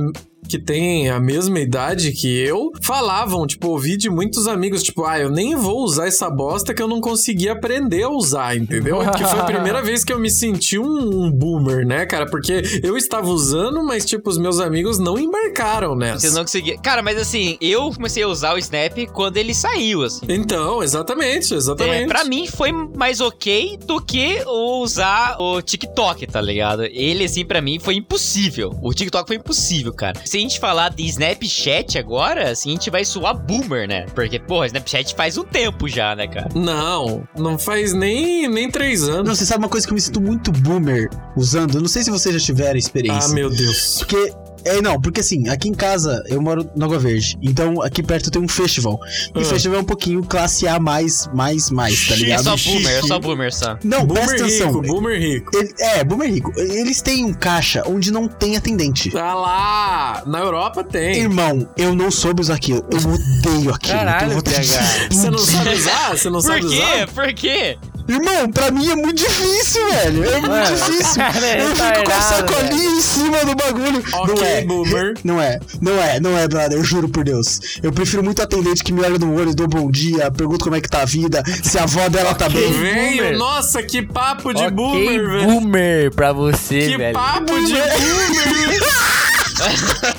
Speaker 4: que têm a mesma idade que eu, falavam, tipo, ouvi de muitos amigos, tipo, ah, eu nem vou usar essa bosta que eu não consegui aprender a usar, entendeu? que foi a primeira vez que eu me senti um, um boomer, né, cara? Porque eu estava usando, mas, tipo, os meus amigos não embarcaram
Speaker 3: Vocês
Speaker 4: nessa.
Speaker 3: não conseguiam. Cara, mas assim, eu comecei a usar o Snap quando ele saiu, assim.
Speaker 4: Então, exatamente, exatamente.
Speaker 3: É, pra mim foi mais ok do que usar o TikTok, tá ligado? Ele, assim, pra mim foi impossível. O TikTok foi impossível, cara. Se a gente falar de Snapchat agora, assim, a gente vai suar boomer, né? Porque, porra, Snapchat faz um tempo já, né, cara?
Speaker 4: Não, não faz nem, nem três anos.
Speaker 1: Não, você sabe uma coisa que eu me sinto muito boomer usando? Eu não sei se vocês já tiveram
Speaker 4: Ah,
Speaker 1: experiência.
Speaker 4: meu Deus.
Speaker 1: Porque. É, não, porque assim, aqui em casa eu moro no Água Verde. Então aqui perto tem um festival. E
Speaker 4: Ah.
Speaker 1: festival é um pouquinho classe A, mais, mais, mais, tá
Speaker 3: É
Speaker 1: ligado?
Speaker 3: só boomer, é só boomer só.
Speaker 1: Não,
Speaker 4: Boomer
Speaker 1: presta atenção.
Speaker 4: rico, boomer rico.
Speaker 1: Ele- é, boomer rico. Eles têm um caixa onde não tem atendente.
Speaker 4: Ah lá, na Europa tem.
Speaker 1: Irmão, eu não soube usar aquilo. Eu odeio aquilo.
Speaker 2: Caralho,
Speaker 1: eu vou ter-
Speaker 2: PH.
Speaker 4: Você não sabe usar? Você não
Speaker 3: Por
Speaker 4: sabe usar?
Speaker 3: quê? Por quê?
Speaker 1: Irmão, pra mim é muito difícil, velho. É muito
Speaker 2: Mano,
Speaker 1: difícil.
Speaker 2: cara, é
Speaker 1: eu fico com a
Speaker 2: retardado,
Speaker 1: sacolinha em cima do bagulho. não
Speaker 4: Ok,
Speaker 1: é.
Speaker 4: boomer.
Speaker 1: Não é, não é, não é, brother, eu juro por Deus. Eu prefiro muito atendente que me olha no olho, dou bom dia, pergunto como é que tá a vida, se a avó dela tá
Speaker 4: Que
Speaker 1: bem.
Speaker 4: veio,
Speaker 2: boomer.
Speaker 4: nossa, que papo de
Speaker 2: Ok,
Speaker 4: boomer, velho.
Speaker 2: boomer pra você,
Speaker 4: Que
Speaker 2: velho.
Speaker 4: papo de boomer.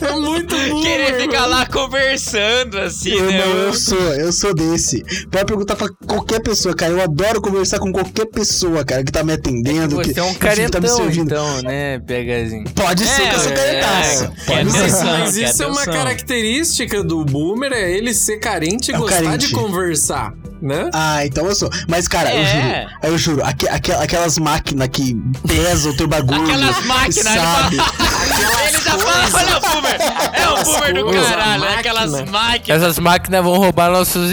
Speaker 4: é muito boomer.
Speaker 3: Querer ficar
Speaker 4: velho.
Speaker 3: lá conversando, assim,
Speaker 1: Eu,
Speaker 3: né?
Speaker 1: não, eu sou, eu sou desse. Pode perguntar pra qualquer pessoa, cara. Eu adoro conversar com qualquer pessoa, cara, que tá me atendendo, que,
Speaker 2: Você é um
Speaker 1: que tá me
Speaker 2: carentão,
Speaker 1: servindo.
Speaker 2: então, né, PHzinho?
Speaker 1: Pode ser que eu sou
Speaker 3: É,
Speaker 1: caretaço.
Speaker 3: é,
Speaker 1: Pode
Speaker 3: quer
Speaker 1: ser.
Speaker 4: Mas,
Speaker 3: Atenção,
Speaker 4: mas
Speaker 3: que
Speaker 4: isso é uma
Speaker 3: atenção.
Speaker 4: característica do boomer, é ele ser carente e
Speaker 1: É o
Speaker 4: gostar
Speaker 1: carente.
Speaker 4: de conversar, né?
Speaker 1: Ah, então eu sou. Mas, cara, eu
Speaker 3: É.
Speaker 1: juro. Eu juro. aque- aque- aquelas máquinas que pesam o teu bagulho.
Speaker 3: Aquelas máquinas, ele
Speaker 1: sabe?
Speaker 3: Ele tá falando, olha o boomer! É o boomer do
Speaker 4: coisas,
Speaker 3: caralho, é
Speaker 4: máquina.
Speaker 3: aquelas máquinas.
Speaker 2: Essas máquinas vão roubar nossos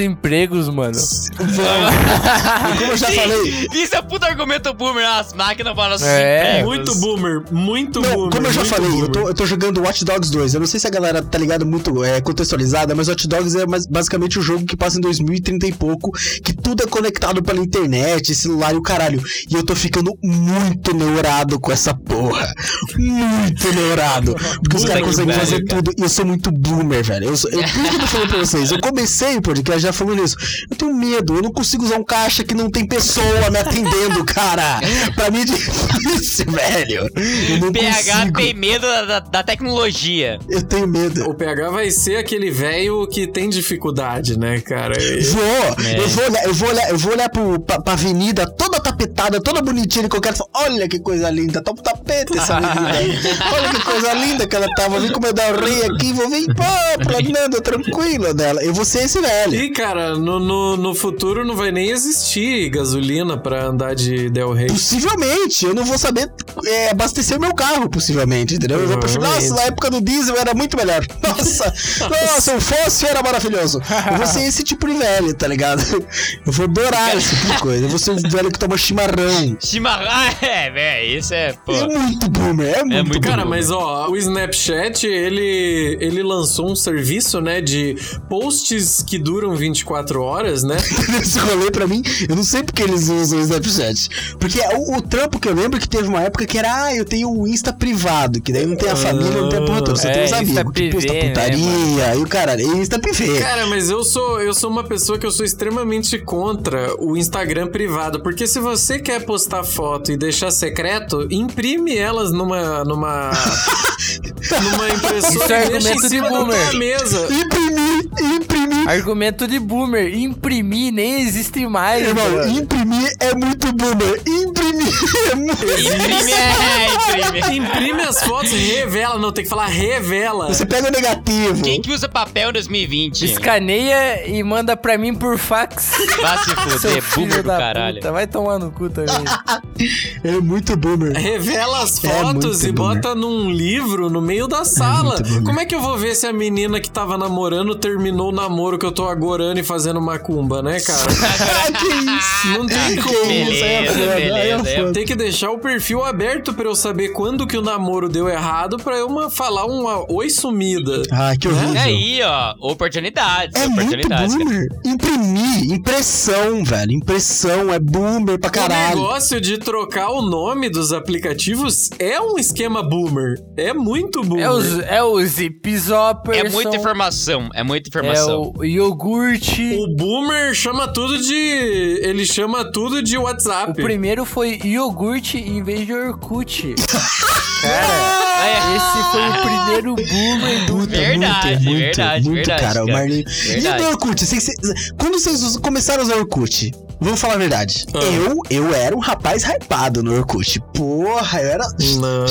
Speaker 2: empregos, mano.
Speaker 1: Vamos. E Como eu já
Speaker 3: Sim,
Speaker 1: falei.
Speaker 3: Isso é puto argumento boomer, as máquinas falam assim.
Speaker 2: É.
Speaker 4: Muito boomer, muito
Speaker 1: Não,
Speaker 4: boomer.
Speaker 1: como eu já
Speaker 4: muito
Speaker 1: falei, eu
Speaker 4: boomer.
Speaker 1: tô, eu tô jogando Watch Dogs 2. Eu não sei se a galera tá ligado muito é, contextualizada, mas Watch Dogs é mais- basicamente o jogo que passa em 2030 e pouco, que tudo é conectado pela internet, celular e o caralho. E eu tô ficando muito neurado com essa porra. Muito neurado. Porque os
Speaker 3: Puta
Speaker 1: caras
Speaker 3: que
Speaker 1: conseguem
Speaker 3: pariu,
Speaker 1: fazer
Speaker 3: cara.
Speaker 1: tudo. E eu sou muito boomer, velho. Eu, sou, eu, tudo que eu tô falando pra vocês. Eu comecei o podcast já falando isso. Eu tenho medo. Eu não consigo usar um caixa que não tem pessoa me atendendo, cara. Pra mim é difícil, velho. Eu não
Speaker 3: PH
Speaker 1: consigo.
Speaker 3: tem medo da, da- da tecnologia.
Speaker 1: Eu tenho medo.
Speaker 4: O PH vai ser aquele velho que tem dificuldade, né, cara? E-
Speaker 1: Vou, eu vou olhar, eu vou olhar, eu vou olhar pro, pra, pra avenida toda tapetada, toda bonitinha que eu quero falar, olha que coisa linda, tá um tapete essa avenida aí. Olha que coisa linda que ela tá, vou vir comandar o rei aqui, vou vir pô, planando tranquilo dela. Eu vou ser esse velho.
Speaker 4: E, cara, no, no, no futuro não vai nem existir gasolina pra andar de Del Rey.
Speaker 1: Possivelmente, eu não vou saber é, abastecer meu carro, possivelmente, entendeu? Eu vou preferir,
Speaker 4: Provavelmente.
Speaker 1: nossa, na época do diesel era muito melhor. Nossa, nossa, o fósforo era maravilhoso. Eu vou ser esse tipo de velho, tá ligado? Eu vou adorar esse tipo de coisa. Eu vou ser um velho que toma chimarrão.
Speaker 3: Chimarrão. Ah, é, velho, isso é. Pô.
Speaker 1: É muito boomer, é muito,
Speaker 3: muito
Speaker 1: boomer.
Speaker 2: né?
Speaker 4: Cara, mas ó, o Snapchat, ele, ele lançou um serviço, né, de posts que duram 24 horas, né?
Speaker 1: Esse rolê pra mim, eu não sei porque eles usam o Snapchat. Porque é o, o trampo que eu lembro é que teve uma época que era, ah, eu tenho o Insta privado, que daí não tem a família, não tem a porra toda, você
Speaker 2: É,
Speaker 1: tem os
Speaker 2: Insta
Speaker 1: amigos, tipo Insta
Speaker 2: privê, né,
Speaker 1: putaria, e o cara, Insta
Speaker 2: É.
Speaker 1: privê.
Speaker 4: Cara, mas eu sou, eu sou uma pessoa que eu sou extremamente contra o Instagram privado, porque se você quer postar foto e deixar secreto, imprime elas numa. numa. numa
Speaker 2: Isso
Speaker 4: impressora
Speaker 2: é
Speaker 4: e deixa em
Speaker 2: argumento de
Speaker 4: cima da
Speaker 2: boomer.
Speaker 4: tua mesa.
Speaker 1: Imprimir, imprimir.
Speaker 2: Argumento de boomer. Imprimir nem existe mais.
Speaker 1: Irmão,
Speaker 2: mano.
Speaker 1: imprimir é muito boomer. Imprimir é muito.
Speaker 3: Imprime, é, imprime.
Speaker 4: Imprime as fotos e revela. Não, tem que falar revela.
Speaker 1: Você pega o negativo.
Speaker 3: Quem que usa papel em 2020?
Speaker 2: Escaneia e manda pra mim por fax.
Speaker 3: Vai se
Speaker 2: Seu
Speaker 3: fuder,
Speaker 2: filho
Speaker 3: boomer do
Speaker 2: da
Speaker 3: caralho.
Speaker 2: puta. Vai tomar no cu também.
Speaker 1: É muito boomer.
Speaker 4: Revela as
Speaker 1: É
Speaker 4: fotos
Speaker 1: muito
Speaker 4: e
Speaker 1: boomer.
Speaker 4: bota num livro no meio da sala.
Speaker 1: muito né? boomer.
Speaker 4: Como é que eu vou ver se a menina que tava namorando terminou o namoro que eu tô agorando e fazendo macumba, né, cara?
Speaker 1: que isso?
Speaker 4: Não tem
Speaker 1: Que
Speaker 4: como.
Speaker 1: isso, aí é
Speaker 3: Beleza,
Speaker 1: foda, aí é
Speaker 3: beleza, é
Speaker 1: foda.
Speaker 4: Tem que deixar o perfil aberto pra eu saber quando que o namoro deu errado pra eu uma, falar uma oi sumida.
Speaker 1: Ah, que horrível.
Speaker 3: E É aí, ó, oportunidades,
Speaker 1: É muito
Speaker 3: oportunidades. cara.
Speaker 1: boomer. Imprimir, impressão, velho. Impressão é boomer pra
Speaker 4: O
Speaker 1: caralho.
Speaker 4: negócio de trocar o nome dos aplicativos é um esquema boomer. É muito boomer.
Speaker 2: é, os, é o Zip Zopper.
Speaker 3: É muita informação, é muita informação.
Speaker 2: É o iogurte.
Speaker 4: O boomer chama tudo de. Ele chama tudo de
Speaker 2: O
Speaker 4: WhatsApp.
Speaker 2: primeiro foi iogurte em vez de Orkut. Cara, esse foi o primeiro boomer do.
Speaker 1: Puta,
Speaker 3: Verdade,
Speaker 1: muito, muito,
Speaker 3: verdade,
Speaker 1: muito,
Speaker 3: verdade,
Speaker 1: cara. O
Speaker 3: cara.
Speaker 1: Marley...
Speaker 3: Verdade.
Speaker 1: E o Orkut? Vocês- vocês- Quando vocês us- começaram a usar Orkut? Vamos falar a verdade.
Speaker 4: Ah.
Speaker 1: Eu, eu era um rapaz hypado no Orkut. Porra, eu era...
Speaker 4: Hum. Não.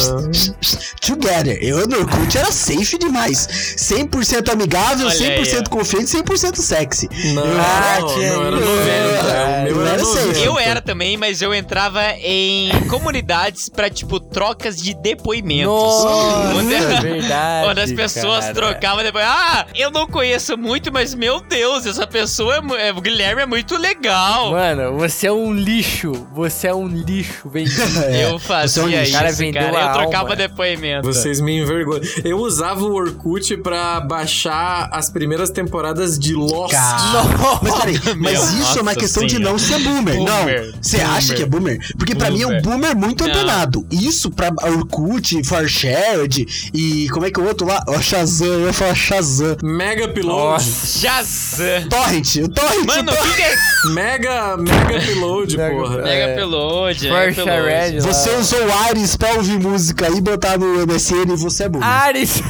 Speaker 1: Together. Eu no Orkut era safe demais. 100% amigável,
Speaker 3: Olha aí,
Speaker 1: 100%
Speaker 3: ó.
Speaker 1: confiante, 100% sexy.
Speaker 4: Não,
Speaker 2: Ah,
Speaker 4: não,
Speaker 2: tinha
Speaker 4: era
Speaker 2: isso.
Speaker 4: 90. O meu
Speaker 1: Eu
Speaker 4: era
Speaker 1: era safe.
Speaker 4: 90.
Speaker 3: Eu era também, mas eu entrava em comunidades pra, tipo, trocas de depoimentos. Onde-
Speaker 2: Nossa, é verdade.
Speaker 3: Onde as pessoas
Speaker 2: cara.
Speaker 3: trocavam depois. Ah, eu não conheço muito, mas meu Deus, essa pessoa é. mu- é- o Guilherme é muito legal.
Speaker 2: Mano, você é um lixo. Você é um lixo vendido.
Speaker 1: É.
Speaker 3: eu fazia
Speaker 1: Você é um lixo.
Speaker 3: isso,
Speaker 2: Cara,
Speaker 3: cara.
Speaker 2: vendeu a
Speaker 3: eu trocava
Speaker 2: alma.
Speaker 3: depoimento.
Speaker 4: Vocês me envergonham. Eu usava o Orkut pra baixar as primeiras temporadas de Lost.
Speaker 1: Cara. Mas peraí, mas
Speaker 3: Meu,
Speaker 1: isso é uma
Speaker 3: nossa
Speaker 1: questão de
Speaker 3: senhora.
Speaker 1: não ser boomer.
Speaker 3: Boomer,
Speaker 1: não, você acha
Speaker 3: boomer.
Speaker 1: que é boomer? Porque pra mim é um boomer muito
Speaker 3: Não.
Speaker 1: antenado. Isso pra Orkut, Farshared e como é que é o outro lá? Ó, Shazam, eu ia falar Shazam.
Speaker 4: Mega Upload.
Speaker 2: Nossa.
Speaker 3: Shazam!
Speaker 1: Torrent, o Torrent,
Speaker 3: Mano,
Speaker 1: o
Speaker 3: o
Speaker 1: Torrent.
Speaker 3: que, que é
Speaker 4: Mega, mega Upload,
Speaker 2: Mega
Speaker 4: porra.
Speaker 2: Upload.
Speaker 3: Mega
Speaker 2: É.
Speaker 3: Pelode, Mega
Speaker 2: Porsche
Speaker 3: Pelode.
Speaker 2: Red.
Speaker 1: Você é um
Speaker 2: lá.
Speaker 1: usou o Ares pra ouvir música e botar no MSN e você é boomer.
Speaker 2: Ares.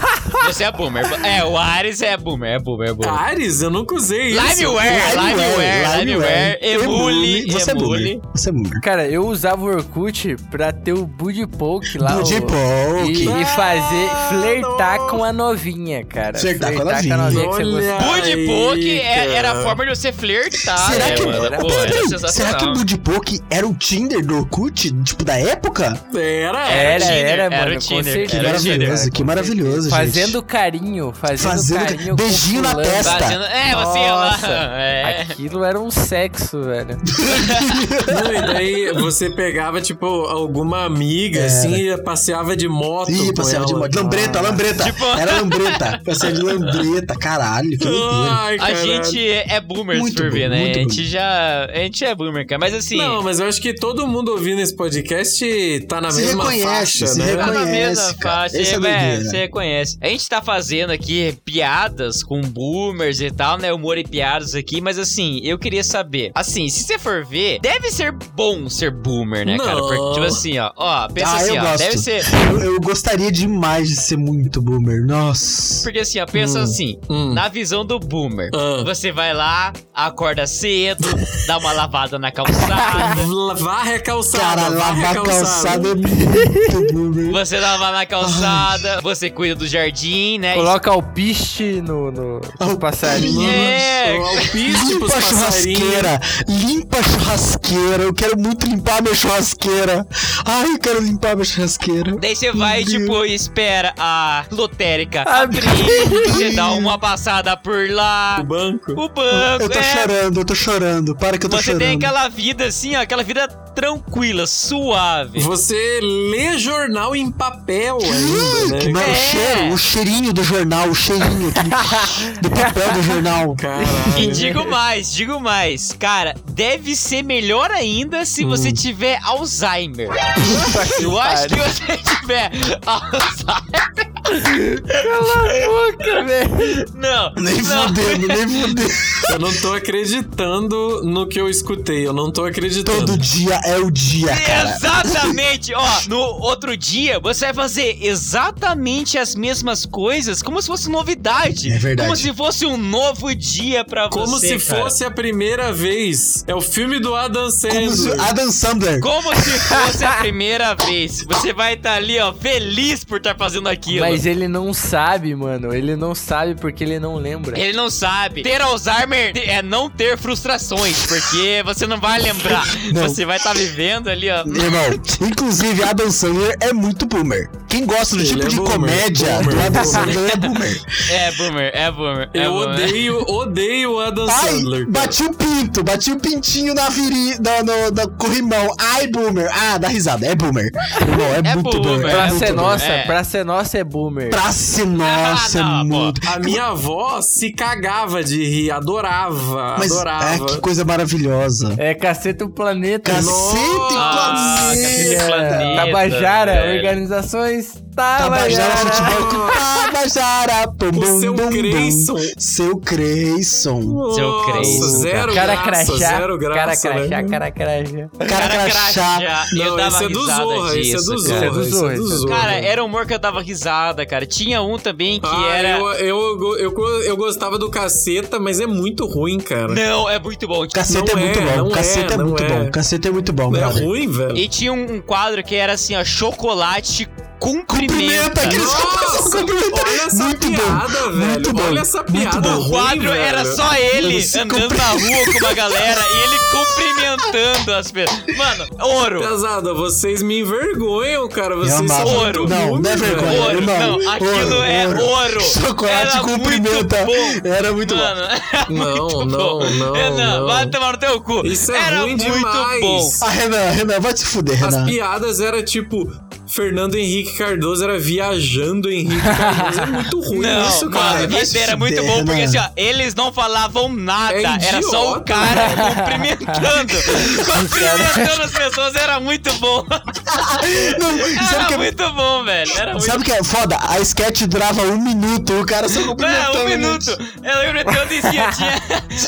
Speaker 3: Você é boomer. É, o Ares é boomer, é boomer, é boomer.
Speaker 4: Ares, eu nunca usei isso.
Speaker 3: Limeware,
Speaker 1: é,
Speaker 3: Limeware, Limeware, É, Emule,
Speaker 1: Você é boomer.
Speaker 3: Emule.
Speaker 1: Você é boomer.
Speaker 2: Cara, eu usava o Orkut pra ter o Budi Poke lá.
Speaker 1: Booty
Speaker 2: o-
Speaker 1: Poke.
Speaker 2: E, e fazer,
Speaker 4: Ah,
Speaker 2: flertar
Speaker 4: nossa.
Speaker 2: com a novinha, cara.
Speaker 1: Flertar com a novinha.
Speaker 2: que você
Speaker 4: Olha.
Speaker 2: gostava.
Speaker 3: Bud
Speaker 4: Ai,
Speaker 3: Poke
Speaker 4: cara.
Speaker 3: é- era a forma de você flertar.
Speaker 1: Será
Speaker 3: né,
Speaker 1: que-
Speaker 3: mano?
Speaker 2: Pera,
Speaker 3: Pô,
Speaker 1: Peraí,
Speaker 3: era
Speaker 1: será que o
Speaker 3: sensacional.
Speaker 1: Booty Poke era o Tinder do Orkut? Tipo, da época?
Speaker 4: Era.
Speaker 3: É.
Speaker 2: Era,
Speaker 3: o Tinder,
Speaker 2: era,
Speaker 3: era
Speaker 2: mano.
Speaker 3: o
Speaker 2: com
Speaker 3: Tinder,
Speaker 1: Que
Speaker 2: certeza.
Speaker 3: era o Tinder. é,
Speaker 1: maravilhoso, que maravilhoso, gente.
Speaker 2: Fazendo carinho, fazendo,
Speaker 1: Fazendo ca-
Speaker 2: carinho. com
Speaker 1: beijinho na
Speaker 2: fulano.
Speaker 1: testa.
Speaker 3: Fazendo- É, você ia
Speaker 2: Nossa.
Speaker 3: lá. É.
Speaker 2: Aquilo era um sexo, velho.
Speaker 4: Não, e daí você pegava, tipo, alguma amiga, assim, e passeava de moto.
Speaker 1: Ih,
Speaker 4: com
Speaker 1: passeava de
Speaker 4: ela. Ah,
Speaker 1: moto. Lambreta, lambreta.
Speaker 3: Tipo-
Speaker 1: Era lambreta. Passeava de lambreta, caralho. Que doideira.
Speaker 4: Ai,
Speaker 3: A
Speaker 4: caralho.
Speaker 3: gente é é boomer, se
Speaker 1: Muito
Speaker 3: for ver,
Speaker 1: bom,
Speaker 3: né?
Speaker 1: muito
Speaker 3: A gente
Speaker 1: bom.
Speaker 3: já. A gente é boomer, cara. Mas assim.
Speaker 4: Não, mas eu acho que todo mundo ouvindo esse podcast tá na
Speaker 1: Se
Speaker 4: mesma
Speaker 1: reconhece,
Speaker 4: faixa,
Speaker 1: se
Speaker 4: né?
Speaker 1: reconhece.
Speaker 3: Tá na mesma
Speaker 1: Reconhece, cara.
Speaker 3: faixa,
Speaker 1: Esse é
Speaker 3: é,
Speaker 1: doideira.
Speaker 3: você reconhece. A gente tá fazendo aqui piadas com boomers e tal, né? Humor e piadas aqui, mas assim, eu queria saber. Assim, se você for ver, deve ser bom ser boomer, né, cara?
Speaker 4: Não.
Speaker 3: Porque, tipo assim, ó, ó, pensa
Speaker 1: Ah,
Speaker 3: assim,
Speaker 1: eu
Speaker 3: ó,
Speaker 1: gosto.
Speaker 3: deve ser.
Speaker 1: Eu, eu gostaria demais de ser muito boomer. Nossa.
Speaker 3: Porque assim, ó, pensa assim,
Speaker 4: Hum.
Speaker 3: na visão do boomer.
Speaker 4: Ah.
Speaker 3: Você vai lá, acorda cedo, dá uma lavada na calçada.
Speaker 4: Lá- Varre a calçada.
Speaker 1: Cara,
Speaker 4: varre
Speaker 1: lavar
Speaker 4: a calçada.
Speaker 1: calçada é muito boomer.
Speaker 3: Você lava na calçada, você cuida do jardim, né?
Speaker 2: Coloca o piste no, no, no passarinho.
Speaker 3: É.
Speaker 4: Nossa, o alpiste
Speaker 1: Limpa
Speaker 4: pros
Speaker 1: Tipo a
Speaker 4: passarinhos.
Speaker 1: churrasqueira. Limpa a churrasqueira. Eu quero muito limpar minha churrasqueira. Ai, eu quero limpar minha churrasqueira.
Speaker 3: Daí você vai,
Speaker 1: Meu Deus. Ah,
Speaker 3: tipo, espera a lotérica
Speaker 2: Abrir.
Speaker 3: abrir, você dá uma passada por lá,
Speaker 4: O banco.
Speaker 3: o banco,
Speaker 1: Eu tô
Speaker 3: é.
Speaker 1: chorando, eu tô chorando. Para que eu tô
Speaker 3: Você
Speaker 1: chorando.
Speaker 3: tem aquela vida assim, ó, aquela vida tranquila, suave.
Speaker 4: Você lê jornal em papel
Speaker 1: Ih,
Speaker 4: ainda,
Speaker 1: que
Speaker 4: né?
Speaker 1: mal, o
Speaker 3: É.
Speaker 1: cheiro, o cheirinho do jornal, o cheirinho aquele- do papel do jornal.
Speaker 3: E
Speaker 4: Caralho.
Speaker 3: digo mais, digo mais, cara, deve ser melhor ainda
Speaker 1: Hum.
Speaker 3: se você tiver Alzheimer. Eu acho que você tiver Alzheimer.
Speaker 2: Cala a boca, velho.
Speaker 3: Não,
Speaker 1: Nem
Speaker 3: não.
Speaker 1: fudendo, nem fudendo.
Speaker 4: Eu não tô acreditando no que eu escutei. Eu não tô acreditando.
Speaker 1: Todo dia é o dia, cara.
Speaker 3: Exatamente! Ó, no outro dia você vai fazer exatamente as mesmas coisas, como se fosse novidade.
Speaker 1: É verdade.
Speaker 3: Como se fosse um novo dia pra
Speaker 4: Como
Speaker 3: você.
Speaker 4: se
Speaker 3: cara.
Speaker 4: fosse a primeira vez. É o filme do Adam
Speaker 1: Como se-
Speaker 4: Sandler.
Speaker 1: Adam Sandler.
Speaker 3: Como se fosse a primeira vez. Você vai estar ali, ó, feliz por estar fazendo aquilo.
Speaker 2: Mas ele não sabe, mano. Ele não sabe porque ele não lembra.
Speaker 3: Ele não sabe. Ter Alzheimer é não ter frustrações, porque você não vai lembrar.
Speaker 1: Não.
Speaker 3: Você vai estar vivendo ali, ó.
Speaker 1: Irmão, inclusive Adam Sandler é muito boomer. Quem gosta do
Speaker 4: Ele
Speaker 1: tipo
Speaker 4: é
Speaker 1: de
Speaker 4: boomer,
Speaker 1: comédia
Speaker 4: boomer,
Speaker 1: do Adam
Speaker 4: boomer.
Speaker 1: Sandler é boomer.
Speaker 3: É, boomer, é boomer. é
Speaker 4: Eu
Speaker 3: boomer.
Speaker 4: odeio, odeio o Adam
Speaker 1: Ai,
Speaker 4: Sandler.
Speaker 1: bati o pinto, bati o pintinho na viri, na, no, na corrimão. Ai, boomer. Ah, dá risada, é boomer. Irmão, é,
Speaker 3: É
Speaker 1: muito boomer.
Speaker 3: boomer.
Speaker 1: é
Speaker 2: Pra
Speaker 1: muito
Speaker 2: ser
Speaker 1: boomer.
Speaker 2: nossa,
Speaker 3: É.
Speaker 2: pra ser nossa é boomer.
Speaker 1: Pra ser nossa,
Speaker 3: Ah,
Speaker 1: é
Speaker 3: não, pô.
Speaker 1: muito.
Speaker 4: A minha avó se cagava de rir, adorava,
Speaker 1: Mas é,
Speaker 4: adorava.
Speaker 1: que coisa maravilhosa.
Speaker 2: É caceta o planeta.
Speaker 1: Cacete
Speaker 3: Ah,
Speaker 1: e
Speaker 3: cacete
Speaker 1: planeta.
Speaker 3: planeta,
Speaker 2: Tabajara,
Speaker 3: velho.
Speaker 2: organizações
Speaker 1: Tabajara
Speaker 2: Tabajara.
Speaker 1: Futebol Clube. Tabajara. Bum,
Speaker 4: O
Speaker 1: bum,
Speaker 4: seu
Speaker 1: bum, bum.
Speaker 4: Creyson.
Speaker 1: Seu Creyson.
Speaker 4: Nossa,
Speaker 3: Seu Creyson,
Speaker 4: Zero
Speaker 2: Cara
Speaker 4: graça,
Speaker 2: crachá,
Speaker 4: zero
Speaker 2: cara
Speaker 4: graça.
Speaker 2: crachá,
Speaker 4: né?
Speaker 2: cara crachá.
Speaker 1: Cara crachá.
Speaker 3: Eu
Speaker 4: Não,
Speaker 3: dava
Speaker 4: esse é do
Speaker 3: risada
Speaker 4: Zorra, esse é
Speaker 3: disso,
Speaker 4: do
Speaker 3: cara.
Speaker 4: Zorra, esse é do
Speaker 2: Cara,
Speaker 4: Zorra.
Speaker 3: Cara, era um humor que eu dava risada, cara. Tinha um também que
Speaker 4: Ah,
Speaker 3: era.
Speaker 4: eu, eu, go- eu, go- eu gostava do caceta, mas é muito ruim, cara.
Speaker 3: Não, é muito bom.
Speaker 1: Cacete é
Speaker 4: Não
Speaker 1: muito
Speaker 4: é,
Speaker 1: bom.
Speaker 4: não
Speaker 1: Cacete
Speaker 4: é,
Speaker 1: é
Speaker 4: não
Speaker 1: muito
Speaker 4: é.
Speaker 1: bom. Cacete é muito bom,
Speaker 4: Não é
Speaker 1: brother.
Speaker 4: ruim, velho.
Speaker 3: E tinha um, um quadro que era assim, ó, chocolate cumprimenta.
Speaker 1: Cumprimenta, aqueles
Speaker 4: Nossa,
Speaker 1: são cumprimenta.
Speaker 4: olha essa
Speaker 1: é um Muito
Speaker 4: piada,
Speaker 1: bom.
Speaker 4: velho.
Speaker 1: Muito bom.
Speaker 4: Olha essa
Speaker 1: Muito
Speaker 4: piada
Speaker 1: bom.
Speaker 3: O quadro
Speaker 4: Ruim,
Speaker 3: era
Speaker 4: velho.
Speaker 3: só ele
Speaker 1: Ele se
Speaker 3: andando
Speaker 1: cumpri-
Speaker 3: na rua com uma galera e ele cumprimentando as pessoas. Mano, ouro.
Speaker 4: Pesada, vocês me envergonham, cara. Vocês
Speaker 1: Eu
Speaker 4: são
Speaker 1: amava.
Speaker 4: muito
Speaker 1: Não, não é
Speaker 4: boomer,
Speaker 1: vergonha.
Speaker 4: velho.
Speaker 3: Ouro.
Speaker 1: Não,
Speaker 3: Não, aquilo
Speaker 1: ouro,
Speaker 3: é
Speaker 1: ouro.
Speaker 3: ouro.
Speaker 1: Chocolate
Speaker 3: Era
Speaker 1: cumprimenta.
Speaker 3: muito bom.
Speaker 1: Era muito bom.
Speaker 3: Mano, é
Speaker 4: Não,
Speaker 3: muito
Speaker 4: não,
Speaker 3: bom.
Speaker 4: não,
Speaker 3: Renan,
Speaker 4: não.
Speaker 3: vai tomar no teu cu.
Speaker 4: Isso é
Speaker 3: Era
Speaker 4: ruim
Speaker 3: muito
Speaker 4: demais.
Speaker 3: bom.
Speaker 1: Ah, Renan, Renan, vai te fuder,
Speaker 4: As
Speaker 1: Renan.
Speaker 4: piadas era tipo Fernando Henrique Cardoso era viajando Henrique Cardoso. É muito ruim
Speaker 3: Não,
Speaker 4: isso, cara.
Speaker 3: mano,
Speaker 1: vai
Speaker 3: isso era
Speaker 1: se
Speaker 3: muito
Speaker 1: fuder,
Speaker 3: bom, porque
Speaker 1: é Renan.
Speaker 3: assim, ó, eles não falavam nada,
Speaker 4: É
Speaker 3: era só
Speaker 4: idiota,
Speaker 3: o cara cumprimentando. cumprimentando as pessoas era muito bom.
Speaker 1: Não, sabe
Speaker 3: Era
Speaker 1: o que é
Speaker 3: muito bom, velho. Era muito
Speaker 1: Sabe o que é foda? A sketch durava um minuto, o cara só
Speaker 3: É,
Speaker 1: cumprimentando.
Speaker 3: um
Speaker 1: né?
Speaker 3: minuto. Ela cumprimentando e sim, tinha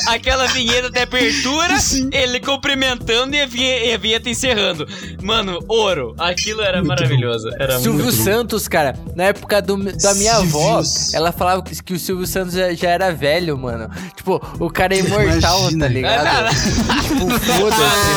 Speaker 3: aquela vinheta da abertura,
Speaker 1: Sim.
Speaker 3: ele cumprimentando e a vinhe- e a vinheta encerrando. Mano, ouro. Aquilo era maravilhoso. Era Tá muito.
Speaker 2: Silvio Santos, cara, na época do- da minha avó,
Speaker 1: Silvio-
Speaker 2: ela falava que que o Silvio Santos já, já era velho, mano. Tipo, o cara é imortal,
Speaker 1: Imagina.
Speaker 2: tá ligado? tipo, foda-se, mano.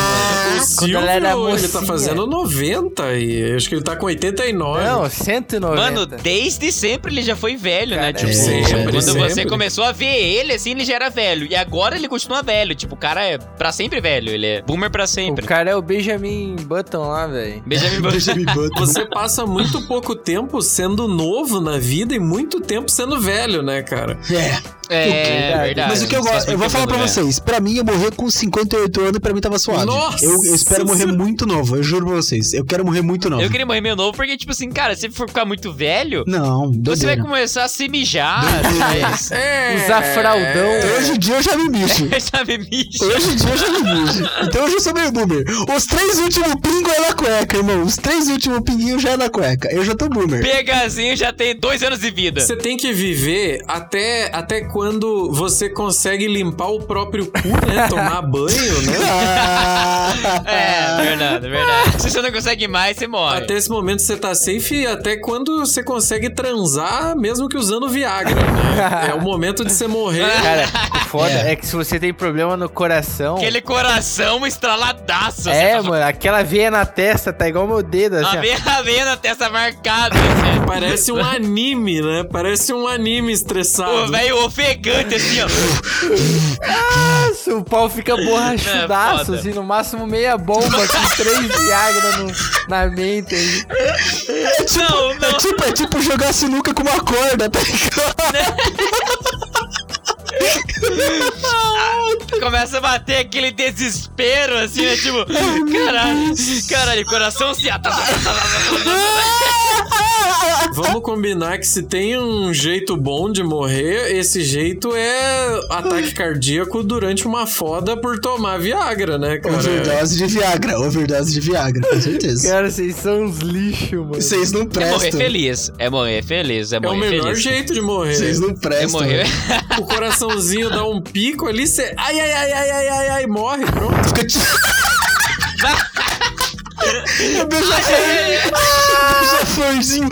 Speaker 2: Ah,
Speaker 4: O
Speaker 2: Quando ela era
Speaker 4: Silvio, ele tá
Speaker 2: mocinha.
Speaker 4: fazendo 90 e acho que ele tá com 89.
Speaker 2: Não, 190.
Speaker 3: Mano, desde sempre ele já foi velho,
Speaker 2: Cara,
Speaker 3: né? Tipo,
Speaker 1: é, sempre,
Speaker 3: quando você
Speaker 4: sempre.
Speaker 3: começou a ver ele, assim, ele já era velho. E agora ele continua velho. Tipo, o cara é pra sempre velho. Ele é boomer pra
Speaker 2: o
Speaker 3: sempre.
Speaker 2: cara é o Benjamin Button lá, velho.
Speaker 3: Benjamin Button.
Speaker 1: Benjamin Button.
Speaker 4: Você passa muito pouco tempo sendo novo na vida e muito tempo sendo velho, né, cara?
Speaker 1: É,
Speaker 3: É,
Speaker 2: Verdade.
Speaker 3: verdade.
Speaker 1: mas o que eu
Speaker 3: Faz
Speaker 1: gosto, eu
Speaker 3: muito
Speaker 1: vou falar
Speaker 3: tempo,
Speaker 1: pra
Speaker 3: né?
Speaker 1: vocês, pra mim eu morrer com 58 anos, pra mim tava suave.
Speaker 4: Nossa
Speaker 1: Eu, eu espero morrer
Speaker 4: Senhora.
Speaker 1: muito novo, eu juro pra vocês, eu quero morrer muito novo.
Speaker 3: né? Eu queria morrer meio novo, porque, tipo assim, cara, se for ficar muito velho,
Speaker 1: Não,
Speaker 3: Você vai
Speaker 1: doideira.
Speaker 3: começar a se mijar, né?
Speaker 4: É.
Speaker 2: Usar fraldão.
Speaker 1: Hoje em dia eu já me mijo.
Speaker 3: sabe, mijo.
Speaker 1: Hoje em dia eu já me mijo. Então hoje eu sou meio boomer. Os três últimos pingos é na cueca, irmão. Os três últimos pinguinhos já é na cueca. Eu já tô boomer.
Speaker 3: Pegazinho já tem dois anos de vida.
Speaker 4: Você tem que viver até, até quando você consegue limpar o próprio cu, né? Tomar banho, né?
Speaker 1: Ah.
Speaker 3: É, verdade, verdade. Se você não consegue mais, você morre.
Speaker 4: Até esse momento você tá safe e até quando você consegue transar, mesmo que usando Viagra. né? É o momento de você morrer.
Speaker 2: Cara, o foda
Speaker 1: É.
Speaker 2: é que se você tem problema no coração.
Speaker 3: Aquele coração estraladaço. assim,
Speaker 2: É,
Speaker 3: você
Speaker 2: mano, aquela veia na testa tá igual meu dedo,
Speaker 3: tá...
Speaker 2: assim.
Speaker 3: A
Speaker 2: ó.
Speaker 3: veia, a veia na testa marcada. Assim.
Speaker 4: Parece um anime, né? Parece um anime
Speaker 3: O
Speaker 4: estressado.
Speaker 3: velho ofegante, assim, ó.
Speaker 2: Nossa, o pau fica
Speaker 3: É,
Speaker 2: borrachudaço,
Speaker 3: foda.
Speaker 2: assim, no máximo meia bomba com três Viagra no, na mente. aí.
Speaker 3: Não, não.
Speaker 1: É tipo, é tipo jogar sinuca com uma corda, tá ligado?
Speaker 3: Começa a bater aquele desespero, assim, né? Tipo, caralho, caralho, coração se...
Speaker 4: Vamos combinar que se tem um jeito bom de morrer, esse jeito é ataque cardíaco durante uma foda por tomar Viagra, né, cara?
Speaker 1: Overdose de Viagra, overdose de Viagra, com certeza.
Speaker 2: Cara, vocês são uns lixos, mano.
Speaker 1: Vocês não
Speaker 3: É morrer
Speaker 1: prestam.
Speaker 3: feliz. É morrer feliz. É
Speaker 4: É o
Speaker 3: morrer
Speaker 4: melhor
Speaker 3: feliz.
Speaker 4: jeito de morrer.
Speaker 1: Vocês não
Speaker 3: É
Speaker 1: prestam.
Speaker 3: morrer.
Speaker 4: O coraçãozinho dá um pico ali, você. Ai, ai, ai, ai, ai, ai, ai, morre, pronto.
Speaker 1: Fica te- Eu beijo a flor. Beijo a florzinho.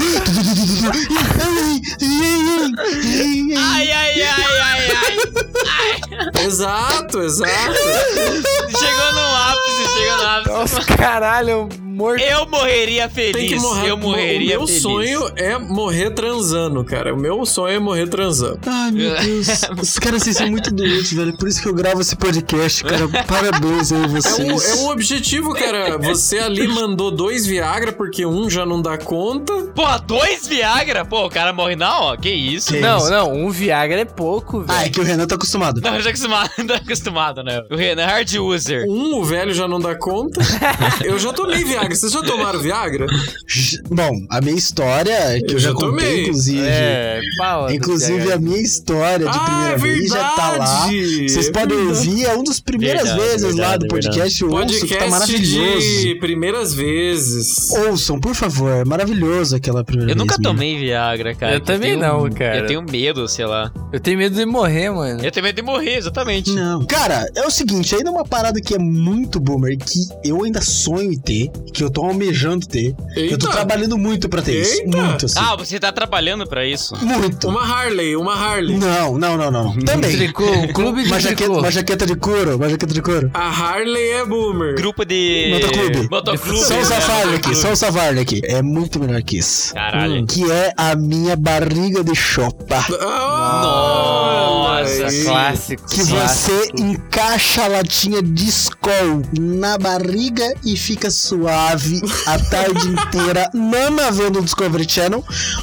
Speaker 3: Ai, ai, ai, ai, ai.
Speaker 4: Exato, exato.
Speaker 3: Chegou no ápice, chegou no ápice.
Speaker 2: Nossa, caralho, eu morto.
Speaker 3: Eu morreria feliz.
Speaker 4: Tem que morrer.
Speaker 3: Eu morreria
Speaker 4: o meu
Speaker 3: feliz.
Speaker 4: sonho é morrer transando, cara. O meu sonho é morrer transando.
Speaker 1: Ai, meu Deus. Os caras, vocês são muito doentes, velho. Por isso que eu gravo esse podcast, cara. Parabéns aí,
Speaker 4: É um, é
Speaker 1: vocês.
Speaker 4: um objetivo, cara. Você ali mandou dois Viagra porque um já não dá conta.
Speaker 3: Pô, dois Viagra? Pô, o cara morre não, ó. Que isso?
Speaker 1: Que-
Speaker 2: Não, não, um Viagra é pouco,
Speaker 1: Ah, é
Speaker 2: velho.
Speaker 1: que o Renan tá acostumado.
Speaker 3: Não, eu tô acostumado, tô acostumado, né? O Renan é hard user.
Speaker 4: Um, o velho já não dá conta. Eu já tomei Viagra. Vocês já tomaram Viagra?
Speaker 1: J- Bom, a minha história, é que eu,
Speaker 4: Eu
Speaker 1: já
Speaker 4: já
Speaker 1: contei,
Speaker 4: tomei.
Speaker 1: inclusive.
Speaker 2: É, pau.
Speaker 1: Inclusive, a minha história de
Speaker 4: Ah,
Speaker 1: primeira
Speaker 4: é
Speaker 1: vez já tá lá.
Speaker 4: verdade.
Speaker 1: Vocês
Speaker 4: É
Speaker 1: podem ouvir, é um dos primeiras
Speaker 3: Verdade,
Speaker 1: vezes lá
Speaker 3: verdade,
Speaker 1: do podcast. Eu ouço, que tá
Speaker 4: Podcast
Speaker 1: maravilhoso.
Speaker 4: de primeiras vezes.
Speaker 1: Ouçam, por favor, é maravilhoso aquela primeira
Speaker 3: Eu
Speaker 1: vez.
Speaker 3: nunca
Speaker 4: né?
Speaker 1: mesmo.
Speaker 3: tomei Viagra, cara.
Speaker 2: Eu também
Speaker 3: tenho- um
Speaker 2: não, cara.
Speaker 3: Eu tenho medo, sei lá.
Speaker 2: Eu tenho medo de morrer, mano.
Speaker 3: Eu tenho medo de morrer, exatamente.
Speaker 1: Não. Cara, é o seguinte, ainda uma parada que é muito boomer, que eu ainda sonho em ter, que eu tô almejando ter, que eu tô
Speaker 4: Eita.
Speaker 1: trabalhando muito pra ter isso.
Speaker 4: Eita.
Speaker 1: Muito, assim.
Speaker 3: Ah, você tá trabalhando pra isso?
Speaker 1: muito.
Speaker 4: Uma Harley, uma Harley.
Speaker 1: Não, não, não, não. não. Também. é
Speaker 2: Tricô, o clube de
Speaker 1: Uma jaqueta,
Speaker 2: tricô.
Speaker 1: uma jaqueta de couro, uma jaqueta de couro.
Speaker 4: A Harley é boomer.
Speaker 3: Grupo de...
Speaker 1: Motoclube.
Speaker 3: Motoclube.
Speaker 1: Só
Speaker 3: né?
Speaker 1: o Savarne aqui,
Speaker 3: Motoclube.
Speaker 1: só o Savarne aqui. É muito melhor que isso.
Speaker 3: Caralho.
Speaker 1: Que é a minha barriga de chopa.
Speaker 4: Ah,
Speaker 3: Nossa,
Speaker 4: aí.
Speaker 2: Clássico.
Speaker 1: Que você encaixa a latinha de Skol na barriga e fica suave a tarde inteira, não havendo um Discovery Channel,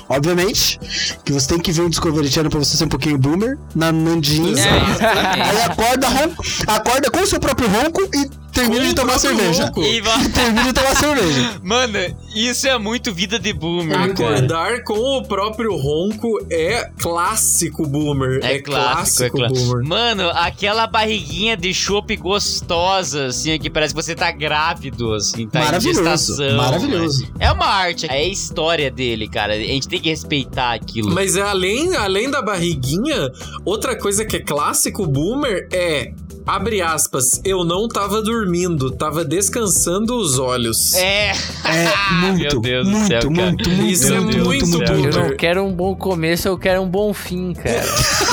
Speaker 1: obviamente, que você tem que ver um Discovery Channel pra você ser um pouquinho boomer, na Nandinha.
Speaker 3: É, exatamente.
Speaker 1: Aí acorda, ronco, acorda com o seu próprio ronco e termina
Speaker 4: Com
Speaker 1: de
Speaker 4: o
Speaker 1: tomar
Speaker 4: próprio
Speaker 1: cerveja.
Speaker 4: ronco.
Speaker 3: E vai...
Speaker 1: Termina de tomar cerveja.
Speaker 3: Mano, isso é muito vida de boomer, cara.
Speaker 4: Acordar com o próprio ronco é clássico boomer.
Speaker 3: É, clássico, é clássico.
Speaker 4: boomer.
Speaker 3: Mano, aquela barriguinha de chope gostosa, assim, ó, que parece que você tá grávido, assim, tá
Speaker 1: Maravilhoso,
Speaker 3: em gestação.
Speaker 1: maravilhoso.
Speaker 3: né? É uma arte, é a história dele, cara. A gente tem que respeitar aquilo.
Speaker 4: Mas é além, além da barriguinha, outra coisa que é clássico boomer é. Abre aspas, eu não tava dormindo, tava descansando os olhos.
Speaker 3: É,
Speaker 1: É muito,
Speaker 3: Meu Deus do
Speaker 1: muito,
Speaker 3: céu, cara.
Speaker 1: muito, muito,
Speaker 4: Isso é
Speaker 1: muito, muito,
Speaker 4: muito
Speaker 1: muito,
Speaker 4: bom.
Speaker 2: Eu
Speaker 1: muito.
Speaker 2: não quero um bom começo, eu quero um bom fim, cara.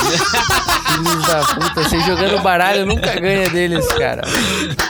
Speaker 2: Filhos da puta, vocês jogando baralho nunca ganha deles, cara.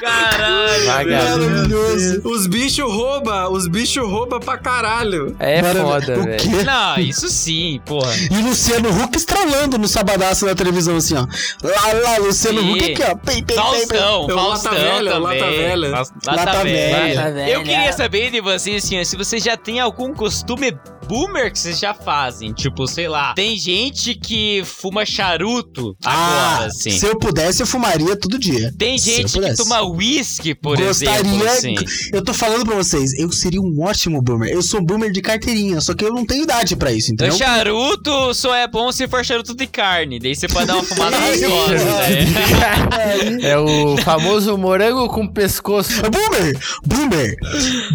Speaker 3: caralho.
Speaker 2: Vagabundo.
Speaker 1: Maravilhoso.
Speaker 4: Os bichos rouba, os bichos rouba pra caralho.
Speaker 2: É
Speaker 1: Maravilha-
Speaker 2: foda,
Speaker 1: o
Speaker 2: velho.
Speaker 1: quê?
Speaker 3: Não, isso sim, porra.
Speaker 1: E o Luciano Huck estralando no sabadaço da televisão, assim, ó. Lá, lá, Luciano
Speaker 3: Sim.
Speaker 1: Huck aqui, ó. Pei, pei, pei, pei.
Speaker 3: Faustão,
Speaker 4: É o Lata
Speaker 3: Faustão
Speaker 4: Velha, o
Speaker 3: também.
Speaker 4: Lata Velha.
Speaker 3: Faust-
Speaker 1: Lata Velha.
Speaker 2: Lata Velha.
Speaker 3: Eu queria saber de vocês, assim, ó, se vocês já têm algum costume boomer que vocês já fazem. Tipo, sei lá, tem gente que fuma charuto agora,
Speaker 1: Ah,
Speaker 3: assim.
Speaker 1: se eu pudesse, eu fumaria todo dia.
Speaker 3: Tem
Speaker 1: Se eu
Speaker 3: gente que
Speaker 1: pudesse.
Speaker 3: toma whisky, por
Speaker 1: Gostaria.
Speaker 3: exemplo, assim.
Speaker 1: Eu tô falando pra vocês, eu seria um ótimo boomer. Eu sou boomer de carteirinha, só que eu não tenho idade pra isso,
Speaker 3: Então,
Speaker 1: entendeu?
Speaker 3: charuto só é bom se for charuto de carne. Daí você pode dar uma fumada nas
Speaker 1: Isso.
Speaker 3: costas. né?
Speaker 2: É o famoso morango com pescoço.
Speaker 1: É Boomer! Boomer!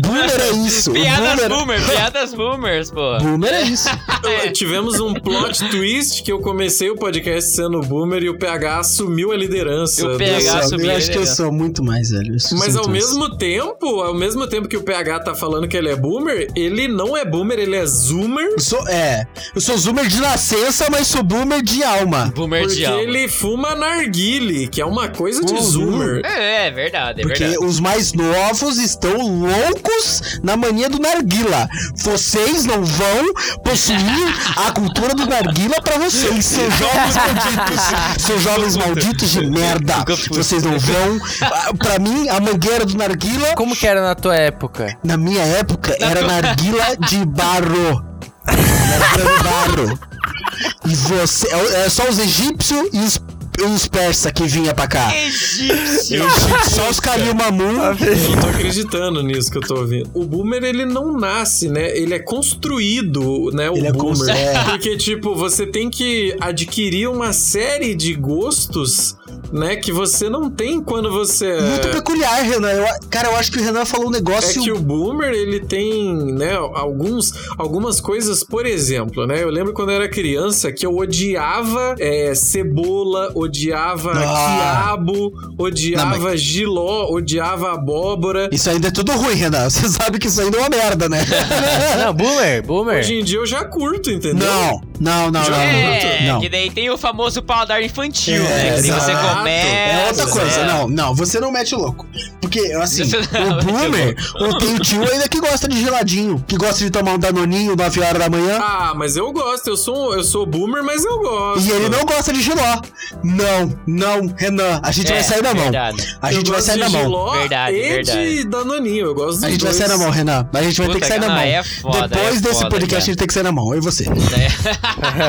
Speaker 1: Boomer é isso!
Speaker 3: Piadas
Speaker 1: Boomer,
Speaker 3: boomer, piadas boomers, pô.
Speaker 1: boomer é isso!
Speaker 4: Eu- Tivemos um plot twist que eu comecei o podcast sendo boomer e o PH assumiu a liderança.
Speaker 3: E o
Speaker 4: do-
Speaker 3: PH
Speaker 1: Eu, sou-
Speaker 3: subir,
Speaker 1: eu acho que eu
Speaker 3: né?
Speaker 1: sou muito mais, velho. Eu sou
Speaker 4: Mas ao
Speaker 1: muito mais.
Speaker 4: mesmo tempo, ao mesmo tempo que o PH tá falando que ele é boomer, ele não é boomer, ele é zoomer.
Speaker 1: Eu sou, é, eu sou zoomer de nascença, mas sou boomer de alma.
Speaker 3: Boomer
Speaker 4: Porque
Speaker 3: de alma.
Speaker 4: ele fuma narguile, que é uma coisa de
Speaker 1: Uhum.
Speaker 4: zoomer.
Speaker 3: É, é verdade, é
Speaker 1: Porque
Speaker 3: verdade.
Speaker 1: os mais novos estão loucos na mania do narguila. Vocês não vão possuir a cultura do narguila pra vocês, seus jovens malditos. Seus jovens malditos de merda. Vocês não vão. Ah, Pra mim, a mangueira do narguila,
Speaker 2: Como que era na tua época?
Speaker 1: na minha época, era narguila de barro. Narguila de barro. E você. É é só os egípcios e os os persa que vinha pra cá.
Speaker 3: Egípcio.
Speaker 1: Só os Kalil Mamun.
Speaker 4: Eu não tô acreditando nisso que eu tô ouvindo. O boomer, ele não nasce, né? Ele é construído, né? O
Speaker 1: Ele é constru-
Speaker 4: boomer.
Speaker 1: é.
Speaker 4: Porque, tipo, você tem que adquirir uma série de gostos, né? Que você não tem quando você. é-
Speaker 1: Muito peculiar, Renan. Eu a- cara, eu acho que o Renan falou um
Speaker 4: É
Speaker 1: negócio.
Speaker 4: que o boomer, ele tem, né, alguns, algumas coisas, por exemplo, né? Eu lembro quando eu era criança que eu odiava é, cebola, odiava
Speaker 1: Ah.
Speaker 4: quiabo, odiava giló, odiava abóbora.
Speaker 1: Isso ainda é tudo ruim, Renan. Você sabe que isso ainda é uma merda, né?
Speaker 2: Não, boomer, boomer.
Speaker 4: Hoje em dia eu já curto, entendeu?
Speaker 1: É. não, não, não, não.
Speaker 3: É,
Speaker 1: não. não.
Speaker 3: que daí tem o famoso paladar infantil,
Speaker 1: É,
Speaker 3: né? Que daí você
Speaker 4: exato.
Speaker 3: começa.
Speaker 1: É outra coisa,
Speaker 3: né?
Speaker 1: não, não, você não mete o louco. Porque, assim,
Speaker 3: Você não
Speaker 1: o
Speaker 3: mete o
Speaker 1: boomer, ou tem o tio ainda que gosta de geladinho, que gosta de tomar um danoninho 9 horas da manhã,
Speaker 4: Ah, mas eu gosto, eu sou, eu sou boomer, mas eu gosto.
Speaker 1: e ele não gosta de giló. Não, não, Renan, a gente
Speaker 3: É,
Speaker 1: vai sair na mão.
Speaker 3: verdade.
Speaker 1: A gente
Speaker 4: eu
Speaker 1: vai
Speaker 4: gosto
Speaker 1: sair
Speaker 4: de
Speaker 1: na mão.
Speaker 4: Giló
Speaker 3: Verdade,
Speaker 4: e de
Speaker 3: verdade.
Speaker 4: Danoninho, eu gosto dos
Speaker 1: A gente vai
Speaker 4: dois.
Speaker 1: sair na mão, Renan. A gente vai ter
Speaker 3: Puta
Speaker 1: que sair
Speaker 3: que-
Speaker 1: na
Speaker 3: ah,
Speaker 1: mão.
Speaker 3: é foda,
Speaker 1: Depois
Speaker 3: é
Speaker 1: desse
Speaker 3: foda,
Speaker 1: podcast,
Speaker 3: cara.
Speaker 1: a gente tem que sair na mão, eu e você.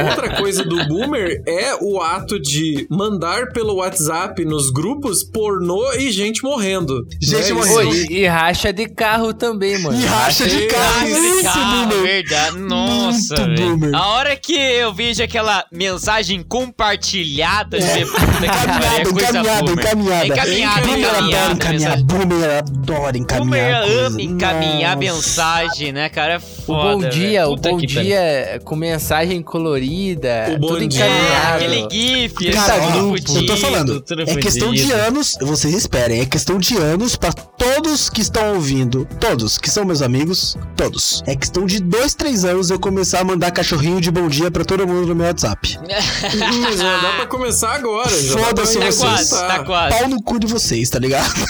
Speaker 4: Outra coisa do boomer é o ato de mandar pelo WhatsApp nos grupos pornô e gente morrendo.
Speaker 1: Gente
Speaker 4: Não é isso?
Speaker 1: morrendo.
Speaker 2: Oi, e, e racha de carro também, mano.
Speaker 1: E racha de carro,
Speaker 3: Nossa,
Speaker 1: isso,
Speaker 3: cara,
Speaker 1: boomer.
Speaker 3: Ah, verdade. Nossa,
Speaker 1: Muito
Speaker 3: velho.
Speaker 1: boomer.
Speaker 3: A hora que eu vejo aquela mensagem compartilhada, eu falei, puta que pariu, é
Speaker 1: Caminhada,
Speaker 3: coisa
Speaker 1: encaminhada,
Speaker 3: boomer.
Speaker 1: encaminhada.
Speaker 3: Encaminhada,
Speaker 1: Boomer adora
Speaker 3: encaminhada,
Speaker 1: encaminhar,
Speaker 3: mensagem.
Speaker 1: boomer adora
Speaker 3: Boomer
Speaker 1: encaminhar. coisa.
Speaker 3: ama encaminhar
Speaker 1: Nossa.
Speaker 3: mensagem, né, cara? É
Speaker 2: O
Speaker 3: foda.
Speaker 2: bom dia,
Speaker 3: velho.
Speaker 2: o
Speaker 3: Puta
Speaker 2: bom
Speaker 3: que pariu.
Speaker 2: dia é com mensagem colorida,
Speaker 4: O bom
Speaker 2: tudo
Speaker 4: dia,
Speaker 1: Tá
Speaker 3: É,
Speaker 2: encaminhado.
Speaker 3: aquele GIF,
Speaker 1: Cara,
Speaker 3: assim,
Speaker 1: ó,
Speaker 3: fudido,
Speaker 1: eu tô falando,
Speaker 3: tudo
Speaker 1: é questão de
Speaker 3: fudido.
Speaker 1: anos, vocês esperem, é questão de anos pra todos que estão ouvindo, todos que são meus amigos, todos. É questão de dois, três anos eu começar a mandar cachorrinho de bom dia pra todo mundo no meu WhatsApp.
Speaker 4: Hum, mas já dá pra começar agora. já dá
Speaker 1: Foda-se
Speaker 4: pra
Speaker 3: Tá
Speaker 1: vocês.
Speaker 3: quase,
Speaker 4: começar.
Speaker 3: tá quase.
Speaker 1: Pau no cu de vocês, tá ligado?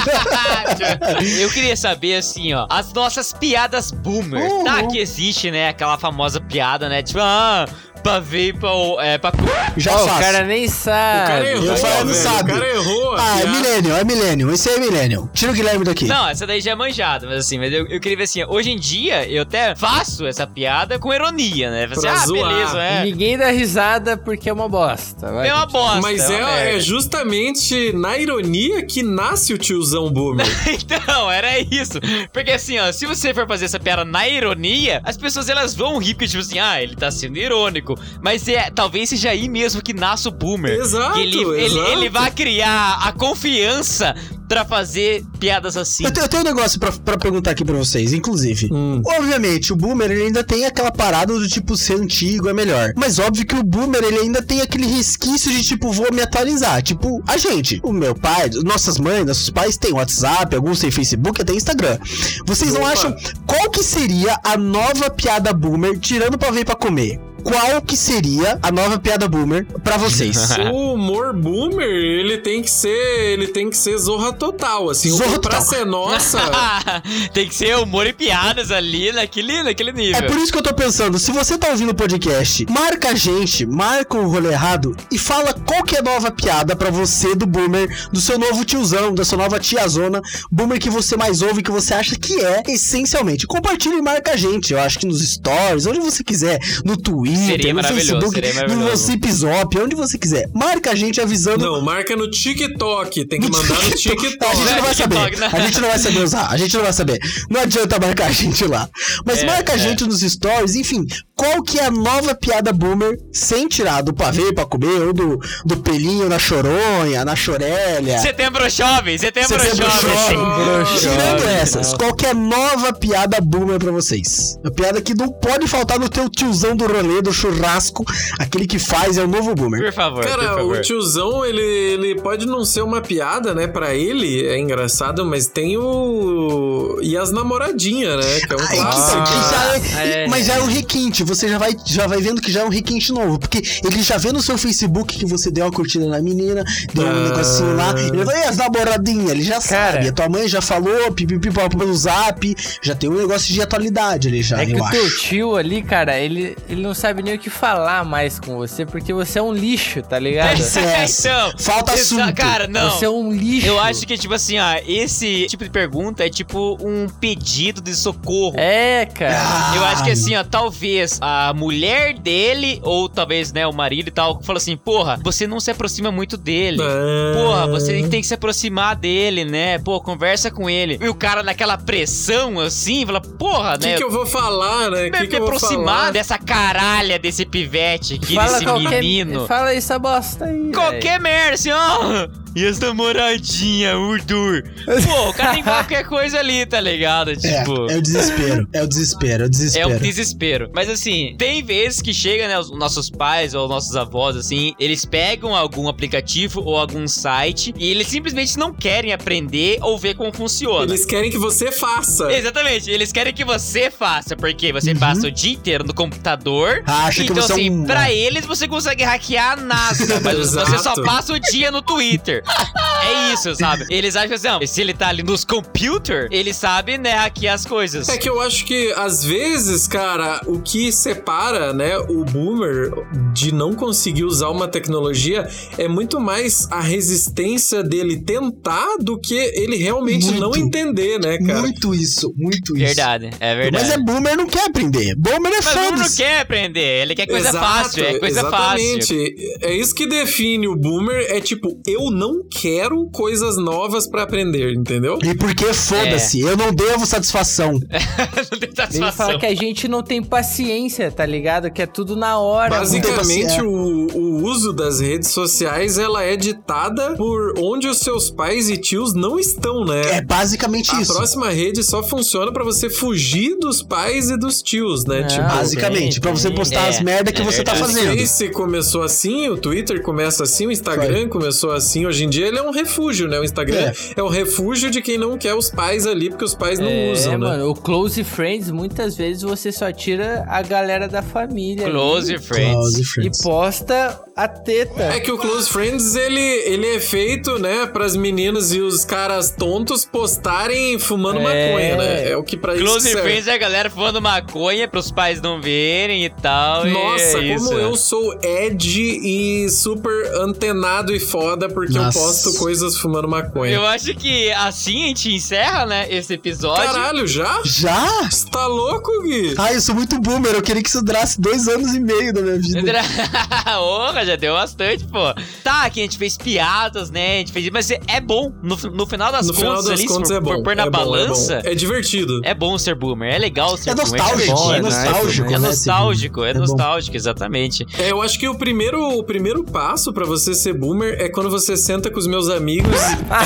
Speaker 3: Tá. Eu queria saber assim, ó, as nossas piadas boomer.
Speaker 1: Uhum.
Speaker 3: Tá que existe, né, aquela famosa piada, né, tipo, ah, pra ver pra o- é pra
Speaker 1: Já
Speaker 2: Ó, o
Speaker 1: faço.
Speaker 2: cara nem
Speaker 4: O cara
Speaker 2: sabe.
Speaker 4: errou,
Speaker 1: Eu falo, não
Speaker 4: velho,
Speaker 1: sabe.
Speaker 4: O cara errou.
Speaker 1: Ah, é
Speaker 4: já.
Speaker 1: Millennium, é Millennium, esse aí é Millennium. Tira o Guilherme daqui.
Speaker 3: Não, essa daí já é manjada, mas assim, mas eu, eu queria ver assim, hoje em dia eu até faço essa piada com ironia, né? Assim,
Speaker 4: Pra
Speaker 3: ah,
Speaker 4: zoar.
Speaker 3: beleza,
Speaker 2: E
Speaker 3: é.
Speaker 2: Ninguém dá risada porque é uma bosta. Vai.
Speaker 3: É uma bosta.
Speaker 4: Mas
Speaker 3: uma
Speaker 4: é, é
Speaker 3: merda.
Speaker 4: justamente na ironia que nasce o tiozão boomer.
Speaker 3: Então, era isso. Porque assim, ó, se você for fazer essa piada na ironia, as pessoas elas vão rir, porque tipo assim, ah, ele tá sendo irônico. Mas é, talvez seja aí mesmo que nasce o boomer.
Speaker 4: Exato,
Speaker 3: Que ele, ele,
Speaker 4: exato.
Speaker 3: ele vai criar a confiança pra fazer piadas assim.
Speaker 1: Eu, te- eu tenho um negócio pra, pra perguntar aqui pra vocês, inclusive.
Speaker 4: Hum.
Speaker 1: Obviamente, o boomer ele ainda tem aquela parada do tipo ser antigo é melhor. Mas óbvio que o boomer ele ainda tem aquele resquício de tipo vou me atualizar. Tipo, a gente, o meu pai, nossas mães, nossos pais têm WhatsApp, alguns têm Facebook, até Instagram. Vocês não
Speaker 4: Opa.
Speaker 1: acham qual que seria a nova piada boomer tirando pra ver pra comer? Qual que seria a nova piada boomer pra vocês?
Speaker 4: O humor boomer, ele tem que ser, ele tem que ser zorra total, assim,
Speaker 1: Zorra
Speaker 4: o pra
Speaker 1: total.
Speaker 4: ser nossa.
Speaker 3: Tem que ser humor e piadas ali naquele, naquele nível.
Speaker 1: É por isso que eu tô pensando, se você tá ouvindo o podcast, marca a gente, marca o rolê errado e fala qual que é a nova piada pra você do boomer, do seu novo tiozão, da sua nova tiazona, boomer que você mais ouve, que você acha que é, essencialmente. Compartilha e marca a gente, eu acho que nos stories, onde você quiser, no Twitter,
Speaker 3: Seria
Speaker 1: no
Speaker 3: maravilhoso,
Speaker 1: Facebook,
Speaker 3: seria
Speaker 1: no
Speaker 3: maravilhoso.
Speaker 1: WhatsApp, Zop, onde você quiser. Marca a gente avisando
Speaker 4: Não, marca no TikTok, tem que mandar no
Speaker 1: a gente
Speaker 4: TikTok.
Speaker 1: não vai saber.
Speaker 3: TikTok, né?
Speaker 1: A gente não vai saber usar. A gente não vai saber. Não adianta marcar a gente lá. Mas
Speaker 3: É,
Speaker 1: marca a
Speaker 3: é.
Speaker 1: gente nos stories, enfim. Qual que é a nova piada boomer sem tirar do pavê pra comer ou do, do pelinho na choronha, na chorelha?
Speaker 3: Setembro chove, setembro,
Speaker 1: É. Setembro
Speaker 3: chove.
Speaker 1: chove.
Speaker 2: Broxante.
Speaker 1: Tirando essas, qual que é a nova piada boomer pra vocês? A piada que não pode faltar no teu tiozão do rolê, do churrasco, aquele que faz é o novo boomer.
Speaker 3: Por favor, por
Speaker 4: Cara,
Speaker 3: favor.
Speaker 4: o tiozão, ele, ele pode não ser uma piada, né? Pra ele é engraçado, mas tem o. E as namoradinhas, né? Que é um
Speaker 1: Aí que
Speaker 4: clássico.
Speaker 1: tá, que já é-
Speaker 3: Ah,
Speaker 2: é.
Speaker 1: mas já é um requinte, você já vai, já vai vendo que já é um requinte novo. Porque ele já vê no seu Facebook que você deu uma curtida na menina, deu um
Speaker 4: Ah.
Speaker 1: negocinho lá. Ele vai, e as namoradinhas? Ele já
Speaker 2: Cara.
Speaker 1: sabe. A tua mãe já falou, pipipipa pelo zap. Já tem um negócio de atualidade ali já,
Speaker 2: É que
Speaker 1: eu
Speaker 2: o teu
Speaker 1: acho.
Speaker 2: tio ali, cara, ele, ele não sabe sabe nem o que falar mais com você, porque você é um lixo, tá ligado?
Speaker 1: CS.
Speaker 3: então,
Speaker 1: Falta
Speaker 3: exa-
Speaker 1: assunto.
Speaker 3: Cara, não.
Speaker 2: Você é um lixo.
Speaker 3: Eu acho que, tipo assim, ó, esse tipo de pergunta é tipo um pedido de socorro.
Speaker 2: É, cara.
Speaker 1: Ah,
Speaker 3: Eu acho que assim, ó, talvez a mulher dele, ou talvez, né, o marido e tal, falou assim, porra, você não se aproxima muito dele.
Speaker 4: É.
Speaker 3: Porra, você tem que se aproximar dele, né? Pô, conversa com ele. E o cara naquela pressão, assim, fala, porra,
Speaker 4: O que,
Speaker 3: né?
Speaker 4: que eu vou falar, né? O
Speaker 3: me,
Speaker 4: que,
Speaker 3: me
Speaker 4: que eu vou
Speaker 3: aproximar
Speaker 4: falar?
Speaker 3: dessa caralha desse pivete aqui, desse menino.
Speaker 2: Fala essa bosta aí.
Speaker 3: Qualquer merda, assim, ó. E as namoradinha, Urdur. Pô, o cara tem que falar qualquer coisa ali, tá ligado?
Speaker 1: É,
Speaker 3: Tipo.
Speaker 1: é o desespero. É o desespero, é o
Speaker 3: É
Speaker 1: desespero.
Speaker 3: um desespero. Mas assim, tem vezes que chega, né? Os nossos pais ou nossos avós, assim, eles pegam algum aplicativo ou algum site e eles simplesmente não querem aprender ou ver como funciona.
Speaker 4: Eles querem que você faça.
Speaker 3: Exatamente, eles querem que você faça, porque você passa o dia inteiro no computador.
Speaker 1: Uhum. Acha que
Speaker 3: então,
Speaker 1: você é
Speaker 3: assim,
Speaker 1: um-
Speaker 3: pra eles você consegue hackear a NASA, mas você só
Speaker 4: Exato.
Speaker 3: passa o dia no Twitter. é isso, sabe? Eles acham assim, ó, se ele tá ali nos computer, ele sabe, né, hackear as coisas.
Speaker 4: É que eu acho que, às vezes, cara, o que separa, né, o boomer de não conseguir usar uma tecnologia é muito mais a resistência dele tentar do que ele realmente
Speaker 1: Muito.
Speaker 4: não entender, né, cara?
Speaker 1: Muito isso, muito isso.
Speaker 3: Verdade, é verdade.
Speaker 1: Mas é boomer não quer aprender. Boomer é
Speaker 3: Mas o Bruno não
Speaker 1: foda-se.
Speaker 3: quer aprender, ele quer coisa fácil, é coisa fácil.
Speaker 4: Exatamente. É isso que define o boomer, é tipo, eu não quero coisas novas pra aprender, entendeu?
Speaker 1: E porque foda-se,
Speaker 3: É.
Speaker 1: eu não devo satisfação.
Speaker 3: não tem
Speaker 2: Ele
Speaker 3: satisfação.
Speaker 2: fala que a gente não tem paciência, tá ligado? Que é tudo na hora. mano.
Speaker 1: Então, assim,
Speaker 4: Basicamente,
Speaker 1: é.
Speaker 4: o, o uso das redes sociais, ela é ditada por onde os seus pais e tios não estão, né?
Speaker 1: É basicamente
Speaker 4: A
Speaker 1: isso.
Speaker 4: próxima rede só funciona pra você fugir dos pais e dos tios, né?
Speaker 2: Ah,
Speaker 4: tipo,
Speaker 1: Basicamente,
Speaker 2: Tem,
Speaker 1: pra você
Speaker 2: tem.
Speaker 1: postar
Speaker 3: É,
Speaker 1: as merda que
Speaker 3: é
Speaker 1: você tá
Speaker 3: verdade.
Speaker 4: o
Speaker 1: fazendo.
Speaker 4: Face começou assim, o Twitter começa assim, o Instagram começou assim. Hoje em dia ele é um refúgio, né? O Instagram é, um refúgio de quem não quer os pais ali, porque os pais não
Speaker 2: é,
Speaker 4: usam, né?
Speaker 2: mano, o Close Friends, muitas vezes você só tira a galera da família.
Speaker 3: Close
Speaker 2: ali
Speaker 3: Friends.
Speaker 1: Close
Speaker 2: E
Speaker 1: friends.
Speaker 2: posta a teta.
Speaker 4: É que o Close Friends, ele, ele é feito, né, pras meninas e os caras tontos postarem fumando
Speaker 2: É.
Speaker 4: maconha, né? É o que pra isso
Speaker 3: Close
Speaker 4: que serve.
Speaker 3: Friends é a galera fumando maconha pros pais não verem e tal. e
Speaker 4: Nossa,
Speaker 3: é isso.
Speaker 4: como eu sou Ed e super antenado e foda porque
Speaker 1: Nossa.
Speaker 4: eu posto coisas fumando maconha.
Speaker 3: Eu acho que assim a gente encerra, né, esse episódio.
Speaker 4: Caralho, já?
Speaker 1: Já?
Speaker 4: Você tá louco, Gui?
Speaker 1: Ai, eu sou muito boomer, eu queria que isso durasse dois anos e meio da minha vida.
Speaker 3: Porra, já deu bastante, pô. Tá, aqui a gente fez piadas, né? A gente fez. Mas é bom. No, no final das
Speaker 4: no
Speaker 3: contas,
Speaker 4: final das
Speaker 3: ali, se
Speaker 4: contas
Speaker 3: for,
Speaker 4: é bom.
Speaker 3: for pôr na
Speaker 4: é bom, é bom.
Speaker 3: balança,
Speaker 4: É, divertido.
Speaker 3: É bom ser boomer, é legal ser
Speaker 1: É
Speaker 3: boomer.
Speaker 1: nostálgico,
Speaker 2: bom,
Speaker 1: é,
Speaker 2: é nice,
Speaker 1: nostálgico. né,
Speaker 3: É nostálgico, é
Speaker 1: esse boomer. bom.
Speaker 3: nostálgico, exatamente.
Speaker 4: É, eu acho que o primeiro, o primeiro passo pra você ser boomer é quando você senta com os meus amigos.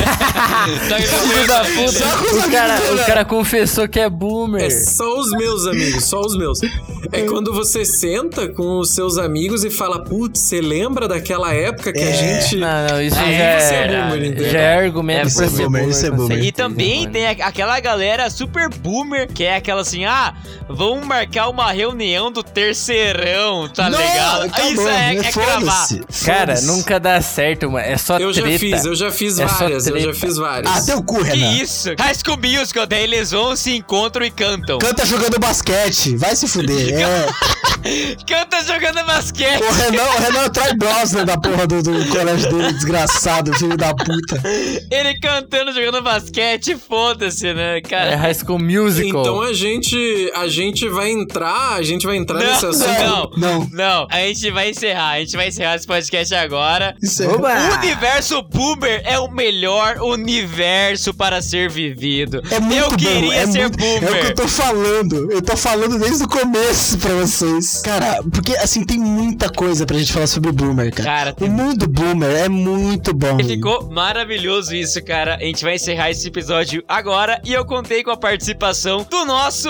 Speaker 3: Então,
Speaker 2: Filho da puta. O cara, o cara confessou que é boomer.
Speaker 4: é só os meus amigos, só os meus. É quando você senta com os seus amigos e fala, putz, você lembra daquela época que a gente.
Speaker 2: Não, não, isso
Speaker 3: Aí
Speaker 2: já,
Speaker 4: você é
Speaker 2: é,
Speaker 4: boomer, entendeu?
Speaker 2: já é argumento
Speaker 3: Isso
Speaker 2: pra
Speaker 3: é
Speaker 2: ser
Speaker 1: boomer,
Speaker 2: boomer.
Speaker 1: isso é
Speaker 2: com
Speaker 1: boomer.
Speaker 3: E
Speaker 2: certeza,
Speaker 3: também né?
Speaker 2: mano.
Speaker 3: tem a- aquela galera super boomer, que é aquela assim, ah, vamos marcar uma reunião do terceirão, tá
Speaker 1: Não,
Speaker 3: ligado?
Speaker 1: acabou,
Speaker 3: Isso é,
Speaker 1: né,
Speaker 3: é cravar.
Speaker 1: foda-se,
Speaker 2: Cara,
Speaker 1: foda-se.
Speaker 2: nunca dá certo, mano. É só
Speaker 4: Eu já
Speaker 2: treta.
Speaker 4: fiz, eu já fiz
Speaker 2: É só
Speaker 4: várias, eu já
Speaker 2: treta.
Speaker 4: fiz várias.
Speaker 1: Ah, teu cu,
Speaker 3: Que
Speaker 1: Renan.
Speaker 3: isso? High School Musical, daí eles vão, se encontram e cantam.
Speaker 1: Canta jogando basquete, vai se fuder. É.
Speaker 3: Canta jogando basquete.
Speaker 1: O Renan, o Renan é o Troy Brosnan da porra do, do colégio dele, desgraçado, filho da puta.
Speaker 3: Ele cantando, jogando basquete, foda-se, né,
Speaker 2: É
Speaker 3: cara?
Speaker 2: High School Musical.
Speaker 4: Então a gente, a gente vai entrar, a gente vai entrar nesse assunto.
Speaker 3: não,
Speaker 2: um
Speaker 1: Não.
Speaker 3: não, não. A gente vai encerrar, a gente vai encerrar esse podcast agora.
Speaker 1: Isso é.
Speaker 2: Oba!
Speaker 3: O universo boomer é o melhor universo para ser vivido.
Speaker 1: É muito
Speaker 3: eu
Speaker 1: bom,
Speaker 3: queria
Speaker 1: é
Speaker 3: ser
Speaker 1: muito- É o que eu
Speaker 3: boomer.
Speaker 1: tô falando. Eu tô falando desde o começo pra vocês. Cara, porque assim, tem muita coisa pra gente falar sobre boomer, cara.
Speaker 3: Cara,
Speaker 1: O mundo boomer é muito bom.
Speaker 3: ficou maravilhoso isso, cara. A gente vai encerrar esse episódio agora e eu contei com a participação do nosso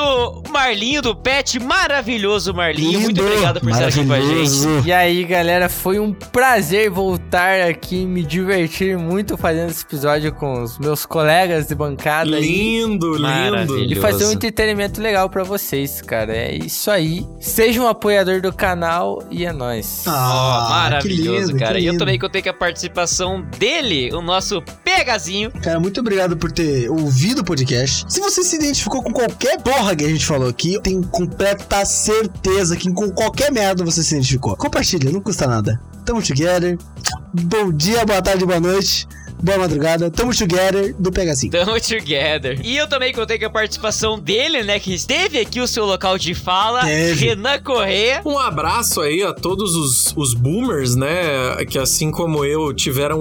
Speaker 3: Marlinho do Pet, maravilhoso Marlinho. Muito
Speaker 1: Lindo,
Speaker 3: obrigado por estar aqui com a gente.
Speaker 1: maravilhoso.
Speaker 2: E aí, galera, foi um prazer voltar aqui e me divertir muito fazendo esse episódio com os meus colegas de
Speaker 4: é.
Speaker 2: bancada. aí.
Speaker 4: Lindo, lindo.
Speaker 3: Maravilha.
Speaker 2: E fazer um
Speaker 3: Maravilhoso.
Speaker 2: entretenimento legal pra vocês, cara. É isso aí. Seja um apoiador do canal e é nóis.
Speaker 1: Ah,
Speaker 3: Ó,
Speaker 1: que
Speaker 3: maravilhoso,
Speaker 1: lindo,
Speaker 3: cara.
Speaker 1: que
Speaker 3: E eu
Speaker 1: lindo.
Speaker 3: também contei com a participação dele, o nosso Pedro Legazinho.
Speaker 1: Cara, muito obrigado por ter ouvido o podcast. Se você se identificou com qualquer porra que a gente falou aqui, eu tenho completa certeza que com qualquer merda você se identificou. Compartilha, não custa nada. Tamo together. Bom dia, boa tarde, boa noite. Boa madrugada, tamo together do Pegacinho.
Speaker 3: Tamo together. E eu também contei com a participação dele, né? Que esteve aqui o seu local de fala,
Speaker 1: Teve.
Speaker 3: Renan Corrêa.
Speaker 4: Um abraço aí a todos os, os boomers, né? Que assim como eu tiveram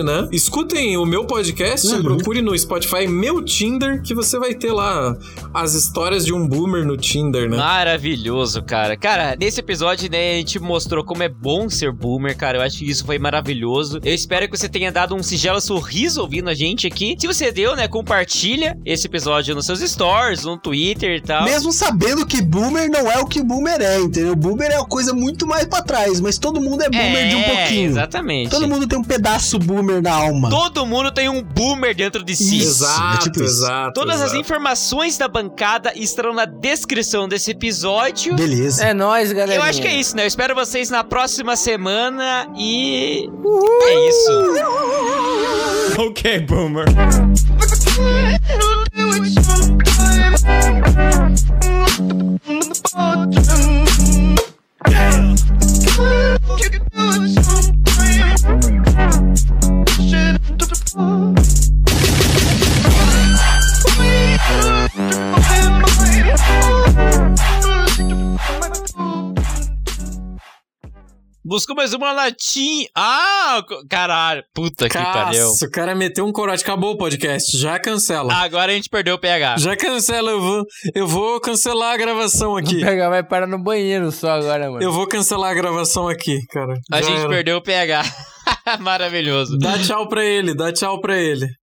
Speaker 4: né? Escutem o meu podcast,
Speaker 1: Uhum.
Speaker 4: procure no Spotify meu Tinder, que você vai ter lá as histórias de um boomer no Tinder, né?
Speaker 3: Maravilhoso, cara. Cara, nesse episódio, né, a gente mostrou como é bom ser boomer, cara. Eu acho que isso foi maravilhoso. Eu espero que você tenha dado um singelo sorriso ouvindo a gente aqui. Se você deu, né, compartilha esse episódio nos seus stories, no Twitter e tal.
Speaker 1: Mesmo sabendo que boomer não é o que boomer é, entendeu? Boomer é uma coisa muito mais pra trás, mas todo mundo é boomer
Speaker 3: é,
Speaker 1: de um pouquinho.
Speaker 3: Exatamente.
Speaker 1: Todo mundo tem um pedaço boomer na alma.
Speaker 3: Todo mundo tem um boomer dentro de si.
Speaker 1: Isso.
Speaker 4: Exato,
Speaker 1: é tipo isso.
Speaker 4: exato.
Speaker 3: Todas as
Speaker 4: exato.
Speaker 3: informações da bancada estarão na descrição desse episódio.
Speaker 1: Beleza.
Speaker 2: É nóis, galera.
Speaker 3: Eu acho que é isso, né? Eu espero vocês na próxima semana e. É isso.
Speaker 6: Okay, boomer.
Speaker 3: Buscou mais uma latinha. Ah, co- caralho. Puta que pariu. Ah.
Speaker 4: Nossa, o cara meteu um corote. Acabou o podcast. Já cancela.
Speaker 3: Agora a gente perdeu o PH.
Speaker 4: Já cancela. Eu vou, eu vou cancelar a gravação aqui.
Speaker 2: Pega, vai parar no banheiro só agora, mano.
Speaker 4: Eu vou cancelar a gravação aqui, cara.
Speaker 3: A
Speaker 4: Já
Speaker 3: gente
Speaker 4: era.
Speaker 3: perdeu o PH. Maravilhoso.
Speaker 4: Dá tchau pra ele, dá tchau pra ele.